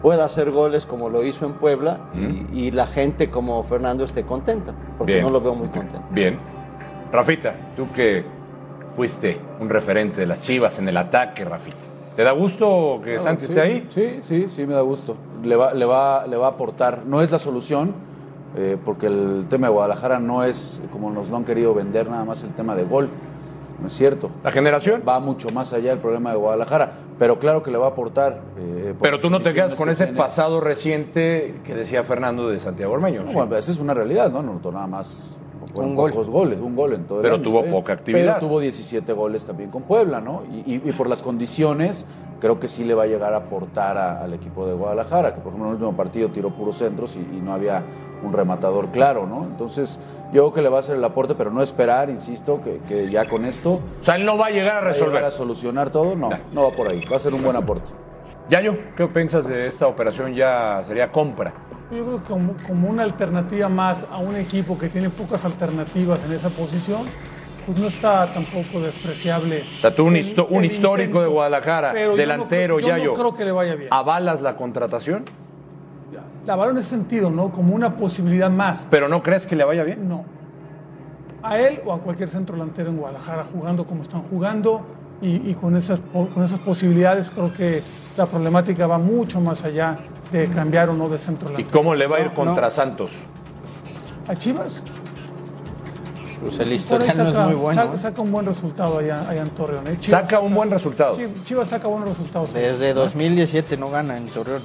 pueda hacer goles como lo hizo en Puebla y, y la gente como Fernando esté contenta, porque Bien. no lo veo muy contento. Bien. Rafita, tú que fuiste un referente de las Chivas en el ataque, Rafita. ¿Te da gusto que Claro, Santi sí, esté ahí? Sí, sí, sí, me da gusto. Le va, le va, le va a aportar. No es la solución, eh, porque el tema de Guadalajara no es como nos lo han querido vender, nada más el tema de gol. No es cierto. ¿La generación? Va mucho más allá del problema de Guadalajara, pero claro que le va a aportar. eh, por Pero las tú no te condiciones quedas con que ese tiene. pasado reciente que decía Fernando de Santiago Ormeño. No, ¿sí? bueno, esa es una realidad, ¿no? No notó nada más. fueron gol. Pocos goles, un gol en todo el Pero año, tuvo está bien. poca actividad. Pero tuvo 17 goles también con Puebla, ¿no? Y, y- y por las condiciones, creo que sí le va a llegar a aportar a- al equipo de Guadalajara, que por ejemplo en el último partido tiró puros centros y, y no había un rematador claro, ¿no? Entonces, yo creo que le va a hacer el aporte, pero no esperar, insisto, que, que ya con esto. O sea, él no va a llegar a ¿Va a, resolver. solucionar todo? No, no va por ahí. Va a ser un buen aporte. Yayo, ¿qué piensas de esta operación? Ya sería compra. Yo creo que como, como una alternativa más a un equipo que tiene pocas alternativas en esa posición, pues no está tampoco despreciable. O sea, tú un, histo- el un histórico de Guadalajara, Pero yo no delantero, creo- yo no Yayo. creo que le vaya bien. ¿Avalas la contratación? Lavarlo en ese sentido, ¿no? Como una posibilidad más. ¿Pero no crees que le vaya bien? No. A él o a cualquier centro delantero en Guadalajara jugando como están jugando y, y con, esas, po- con esas posibilidades creo que la problemática va mucho más allá de cambiar o no de centro ¿Y delantero. cómo le va a ir No, contra no. Santos? ¿A Chivas? Pues el Por ahí Este historial no saca, es muy sa- bueno. saca, un buen resultado allá, allá en Torreón. ¿eh? Chivas ¿eh? Saca un buen resultado. Chi- Chivas saca buenos resultados. Desde 2017 no gana en Torreón.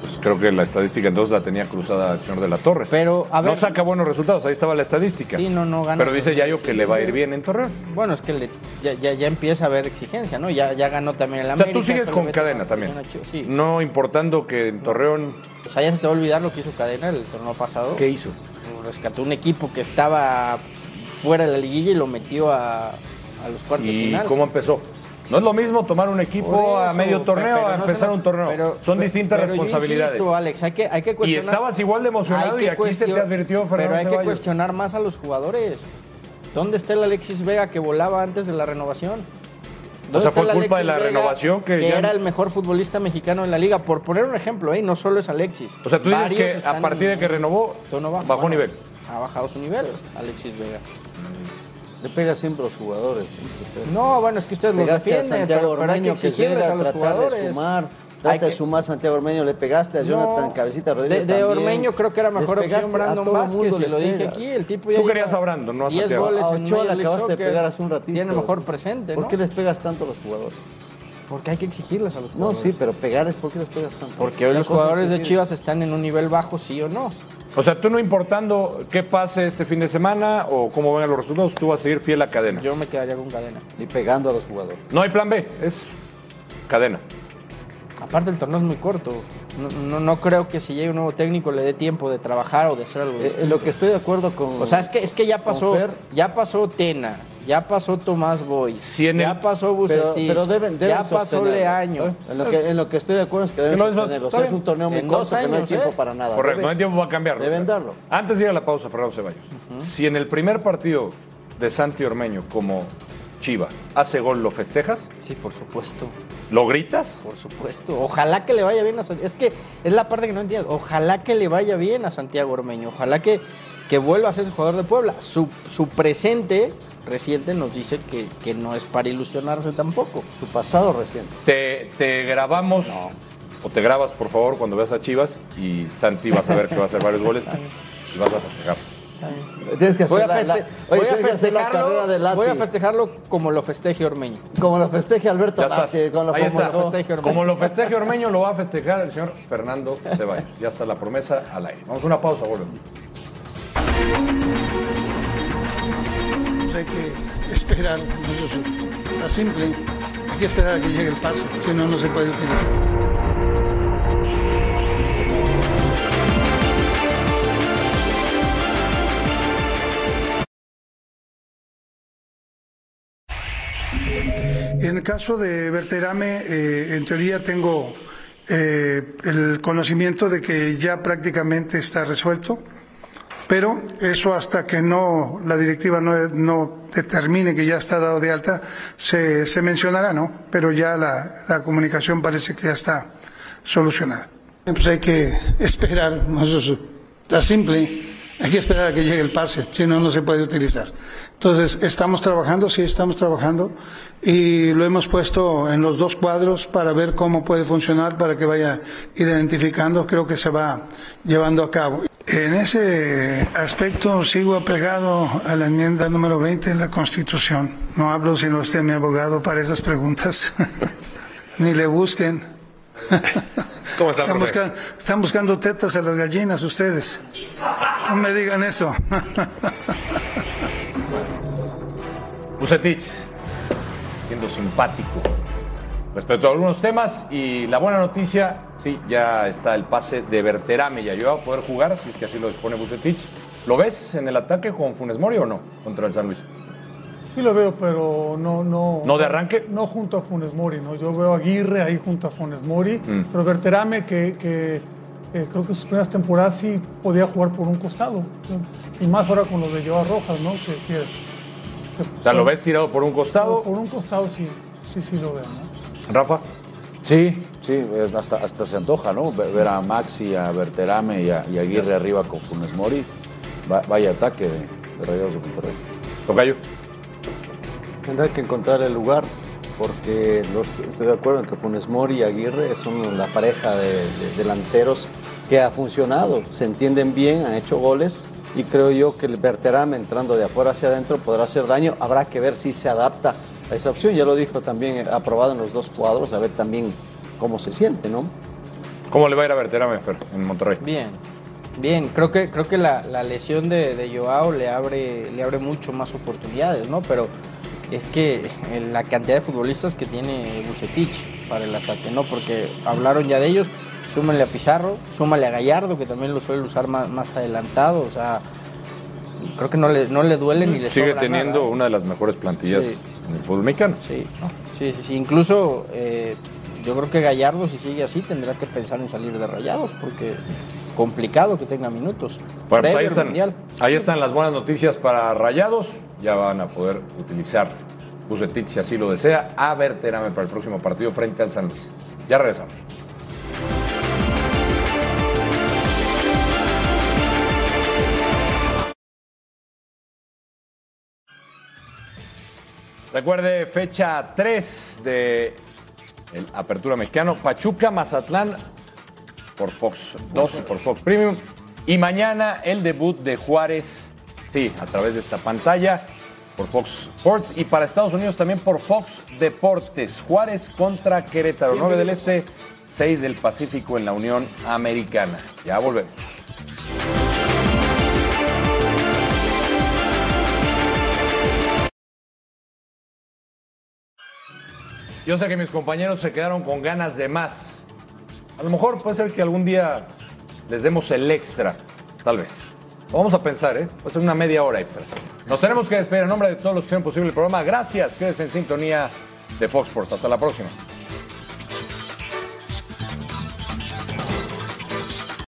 Pues creo que la estadística entonces la tenía cruzada el señor de la Torre. Pero, a ver- No saca buenos resultados, ahí estaba la estadística. Sí, no, no gana. Pero dice Yayo que le va a ir bien en Torreón. Bueno, es que le- ya, ya, ya empieza a haber exigencia, ¿no? Ya, ya ganó también el O sea, América. tú sigues eso le con mete cadena más también. presión a Chivas. Sí. No importando que en Torreón. O sea, ya se te va a olvidar lo que hizo Cadena el torneo pasado. ¿Qué hizo? Rescató un equipo que estaba fuera de la liguilla y lo metió a, a los cuartos de ¿Y final. cómo empezó? No es lo mismo tomar un equipo Por a eso, medio pe- torneo pero a no empezar se lo- un torneo. pero- Son pe- distintas pero yo responsabilidades. insisto, Alex, hay que, hay que cuestionar. estabas igual de emocionado Hay y que aquí se te cuestion- advirtió, Fernando Pero hay que Ceballos. cuestionar más a los jugadores. ¿Dónde está el Alexis Vega que volaba antes de la renovación? O sea, ¿Dónde está fue el culpa de Alexis la Vega, renovación que ya- era el mejor futbolista mexicano en la liga. Por poner un ejemplo, ¿eh? no solo es Alexis. O sea, tú dices Varios que a están partir en- de que renovó, bajó bueno, nivel. Ha bajado su nivel, Alexis Vega. Le pega siempre a los jugadores. siempre pega. No, bueno, es que ustedes los Pegaste a defienden, Santiago pero, pero hay que Ormeño que exigirles llega a los tratar jugadores. de sumar. Hay Trata de que- sumar Santiago Ormeño, le pegaste a No, Jonathan Cabecita Rodríguez. de- de también. Ormeño creo que era Les mejor opción pegaste a Brandon todo Vázquez, mundo y les lo dije pegas. aquí, el tipo ya Tú querías lleva a Brandon, no a 10 Santiago. goles a en Ochoa le Major League acabaste de Soccer. pegar hace un ratito. Tiene mejor presente, ¿Por ¿no? qué les pegas tanto a los jugadores? Porque hay que exigirles a los No, jugadores. sí, pero pegar es porque les pegas tanto. Porque hoy La los cosa jugadores de exigir. Chivas están en un nivel bajo, sí o no. O sea, tú no importando qué pase este fin de semana o cómo vengan los resultados, tú vas a seguir fiel a cadena. Yo me quedaría con cadena. Y pegando a los jugadores. No hay plan B, es cadena. Aparte el torneo es muy corto. No, no, no creo que si llegue un nuevo técnico le dé tiempo de trabajar o de hacer algo. Eh, distinto. en lo que estoy de acuerdo con. O sea, es que, es que ya con pasó, Fer. ya pasó Tena, ya pasó Tomás Boy, en el- ya pasó Pero, Bucetich, pero deben, deben ya pasó sostenerlo. Leaño. En lo, que, en lo que estoy de acuerdo es que deben Que no es- sostenerlo. O está sea, es bien. un torneo muy En corto, dos que no hay años, tiempo ¿eh? para nada. Correcto, no hay Deben- tiempo para cambiarlo. Deben darlo. Antes de ir a la pausa, Fernando Ceballos. Si en el primer partido de Santi Ormeño como Chiva hace gol, ¿lo festejas? Sí, por supuesto. ¿Lo gritas? Por supuesto. Ojalá que le vaya bien a Santiago. Es que es la parte que no entiendo. Ojalá que le vaya bien a Santiago Ormeño. Ojalá que, que vuelva a ser ese jugador de Puebla. Su, su presente reciente nos dice que, que no es para ilusionarse tampoco. Su pasado reciente. Te, te grabamos o te grabas, por favor, cuando veas a Chivas y Santi vas a ver que va a hacer varios goles y vas a festejar. Tienes que hacer Voy a, la- feste- la- oye, voy a tienes que hacer la carrera de festejarlo, Lati. voy a festejarlo como lo festeje Ormeño. Como lo festeje Alberto Ya estás. Lati, con lo Ahí como está. lo Como, festeje Ormeño. lo festeje Ormeño, lo va a festejar el señor Fernando Ceballos. Ya está la promesa al aire. Vamos a una pausa, volvemos. Pues hay que esperar, como yo soy tan simple, hay que esperar a que llegue el pase, si no, no se puede utilizar. En el caso de Berterame, eh, en teoría tengo eh, el conocimiento de que ya prácticamente está resuelto, pero eso hasta que no la directiva no, no determine que ya está dado de alta, se, se mencionará, ¿no? Pero ya la, la comunicación parece que ya está solucionada. Pues hay que esperar, no eso es- está simple. Hay que esperar a que llegue el pase, si no, no se puede utilizar. Entonces, estamos trabajando, sí, estamos trabajando, y lo hemos puesto en los dos cuadros para ver cómo puede funcionar, para que vaya identificando, creo que se va llevando a cabo. En ese aspecto sigo apegado a la enmienda número 20 de la Constitución. No hablo sino usted, mi abogado, para esas preguntas. Ni le busquen. ¿Cómo están, Están, profe? busca- están buscando tetas a las gallinas ustedes. No me digan eso. Bucetich, siendo simpático. Respecto a algunos temas y la buena noticia, sí, ya está el pase de Berterame ya yo va a poder jugar, si es que así lo dispone Bucetich. ¿Lo ves en el ataque con Funes Mori o no contra el San Luis? Sí lo veo, pero no, no. ¿No de arranque? No junto a Funes Mori, ¿no? Yo veo a Aguirre ahí junto a Funes Mori. Mm. Pero Berterame, que, que, eh, creo que sus primeras temporadas sí podía jugar por un costado. ¿no? Y más ahora con lo de Joao Rojas, ¿no? Que, que- O sea, ¿lo ves tirado por un costado? por un costado sí, sí, sí lo veo, ¿no? Rafa. Sí, Sí, es- hasta, hasta se antoja, ¿no? Ve- Ver a Maxi, a Berterame y a, y a Aguirre arriba con Funes Mori. Va- vaya ataque de, de Rayados de Monterrey. Tocayo. Tendrá que encontrar el lugar, porque los- estoy de acuerdo en que Funes Mori y Aguirre son la pareja de, de delanteros que ha funcionado. Se entienden bien, han hecho goles y creo yo que el Berterame entrando de afuera hacia adentro podrá hacer daño. Habrá que ver si se adapta a esa opción. Ya lo dijo también, eh, aprobado en los dos cuadros, a ver también cómo se siente, ¿no? ¿Cómo le va a ir a Berterame, Fer, en Monterrey? Bien, bien, creo que, creo que la, la lesión de, de Joao le abre, le abre mucho más oportunidades, ¿no? Pero es que eh, la cantidad de futbolistas que tiene Bucetich para el ataque, ¿no? Porque hablaron ya de ellos, súmale a Pizarro, súmale a Gallardo, que también lo suele usar más, más adelantado, o sea, creo que no le, no le duele ni le Sigue sobra teniendo nada. ¿eh? una de las mejores plantillas Sí. en el fútbol mexicano. Sí, Sí, sí, sí, incluso eh, yo creo que Gallardo, si sigue así, tendrá que pensar en salir de rayados, porque complicado que tenga minutos. Bueno, pues ahí, Previo al están, Mundial. ahí están las buenas noticias para Rayados. Ya van a poder utilizar Bucetich, si así lo desea, a Berterame para el próximo partido frente al San Luis. Ya regresamos. Recuerde, fecha 3 de el Apertura Mexicano, Pachuca, Mazatlán por Fox 2, por Fox Premium. Y mañana el debut de Juárez, sí, a través de esta pantalla, por Fox Sports. Y para Estados Unidos también por Fox Deportes. Juárez contra Querétaro, 9 del Este, 6 del Pacífico en la Unión Americana. Ya volvemos. Yo sé que mis compañeros se quedaron con ganas de más. A lo mejor puede ser que algún día les demos el extra, tal vez. Lo vamos a pensar, ¿eh? Puede ser una media hora extra. Nos tenemos que despedir en nombre de todos los que hicieron posible el programa. Gracias, quédense en sintonía de Fox Sports. Hasta la próxima.